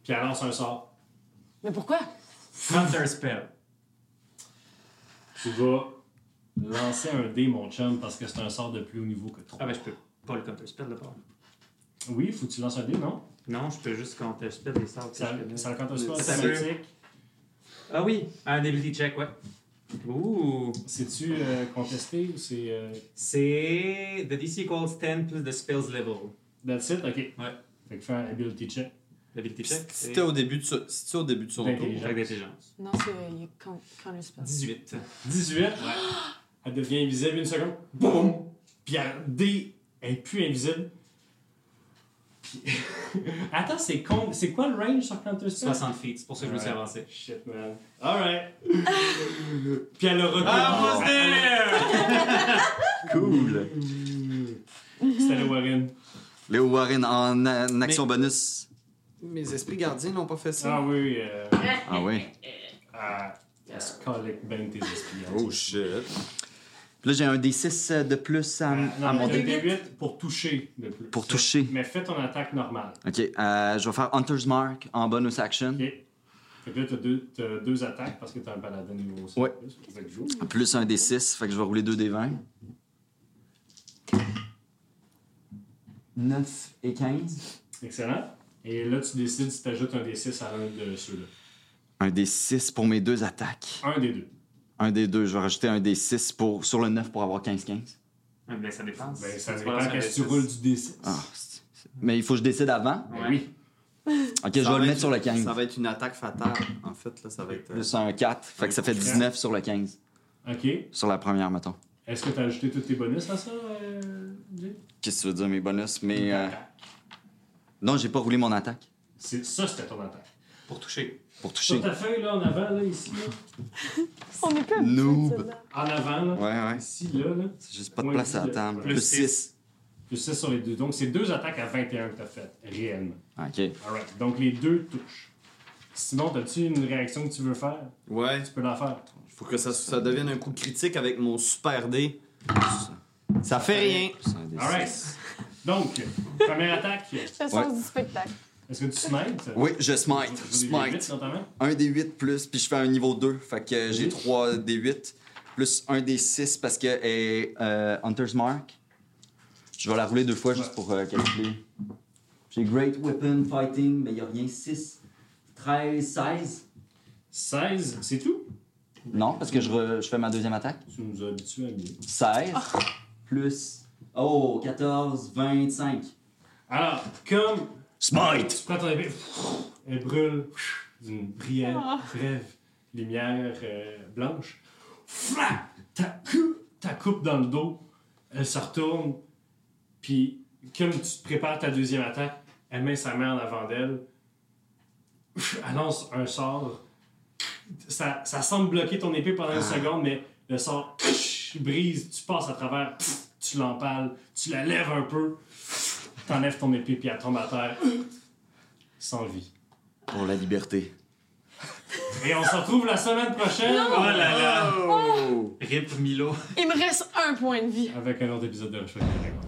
Puis elle lance un sort.
Mais pourquoi?
Counter spell.
Tu vas lancer un dé, mon chum, parce que c'est un sort de plus haut niveau que toi.
Ah ben je peux pas le counter spell de part.
ben.
Oui, faut que tu lances un dé, non?
Non, je peux juste counter spell des sorts. que
Ça,
je connais.
ça compte aussi
Ça
automatique.
Ah oui, un ability check, ouais. Ouh.
C'est-tu euh, contesté ou c'est. euh,
C'est. The DC equals 10 plus the spell's level.
That's it? Ok.
Ouais.
Fait que fais un ability check.
L'ability
Puis
check.
Si
c'est
t'es au début de, ce- si t'es au début de son tour,
D'intelligence.
Check d'intelligence.
Non, c'est. Il est con, con le spell.
18.
18. Elle devient invisible une seconde. Boum! Puis elle, dé, elle est plus invisible. Puis- Attends, c'est con. C'est quoi le range sur counter spell?
60 feet, c'est pour ça que je me suis
Ouais.
avancé.
Shit, man. Alright. Puis elle a reculé.
Ah,
Elle- elle-
Cool.
C'était le Warren.
Léo Warren en, a- en action bonus.
Mes esprits gardiens n'ont pas fait ça.
Ah oui, euh,
Ah oui.
ah, elle se collecte bien tes espions.
Oh,
Oh,
shit.
Puis Là, j'ai un D6 de plus à,
Euh,
à
non, mais
monter.
des 8 pour toucher de plus.
Pour toucher.
Mais fais ton attaque normale.
Ok, euh, je vais faire Hunter's Mark en bonus action.
Ok. Fait que là, t'as deux, t'as deux attaques parce que t'as un paladin niveau 6.
Ouais.
Fait que joue.
Plus un D6, fait que je vais rouler deux D20. 9 et 15.
Excellent. Et là, tu décides si t'ajoutes un des 6 à un de ceux-là.
Un D6 pour mes deux attaques.
Un des deux.
Un D2, je vais rajouter un D6 pour, sur le 9 pour avoir 15-15.
Ah, Ben, ça dépend.
Ben, ça
Tu
dépend
balances un
qu'est-ce que
D6.
tu roules du D6.
Ah, c'est- c'est- mais il faut que je décide avant.
Ben
Ouais.
oui.
Ok, je vais le mettre sur le 15.
Ça va être une attaque fatale, en fait. Là, ça va être. euh,
Plus un 4, fait que ça fait 19 sur le 15.
Ok.
Sur la première, mettons.
Est-ce que t'as ajouté tous tes bonus à ça, euh, Jay?
Qu'est-ce que tu veux dire, mes bonus? Mais. euh, Non, j'ai pas roulé mon attaque.
C'est Ça, c'était ton attaque.
Pour toucher.
Pour
Sur
toucher.
ta feuille, là, en avant, là, ici, là.
On est plus habitués
Noob.
de celle-là.
En avant, là.
Ouais, ouais.
Ici, là, là.
C'est juste pas de place à la table.
Plus
Plus
six.
6.
Plus 6 sur les deux. Donc, c'est deux attaques à 21 que t'as faites, réellement.
Ok.
Alright. Donc, les deux touchent. Sinon, t'as-tu une réaction que tu veux faire?
Ouais.
Tu peux la faire.
Faut que ça, ça devienne un coup critique avec mon super dé. Ça fait rien.
Plus un D6.
Alright. Donc, première attaque.
Le sens du spectacle.
Est-ce que tu smites?
Oui, je smite.
Tu roules des huit,
Smite.
notamment?
Un des 8 plus, puis je fais un niveau 2. Fait que j'ai
Oui.
3 des 8 plus un des 6 parce que est Hunter's Mark. Je vais la rouler deux fois juste pour euh, calculer. J'ai Great Weapon Fighting, mais il n'y a rien. 6, 13, 16.
16, c'est tout?
Non, parce que je, re- je fais ma deuxième attaque.
Tu nous as habitués à mieux.
16 plus. Oh, 14, 25.
Alors, comme
Smite!
tu prends ton épée, elle brûle d'une brillante, brève lumière euh, blanche. Fla! Ta, ta coupe dans le dos, elle se retourne, puis comme tu te prépares ta deuxième attaque, elle met sa main en avant d'elle, elle lance un sort. Ça, ça semble bloquer ton épée
Ah.
pendant une seconde, mais le sort brise, tu passes à travers, tu l'empales, tu la lèves un peu, t'enlèves ton épée, puis elle tombe à terre, sans vie.
Pour la liberté.
Et on se retrouve la semaine prochaine
Oh là là! Rip Milo.
Oh!
Il me reste un point de vie.
avec un autre épisode de Rush Hour Dragon.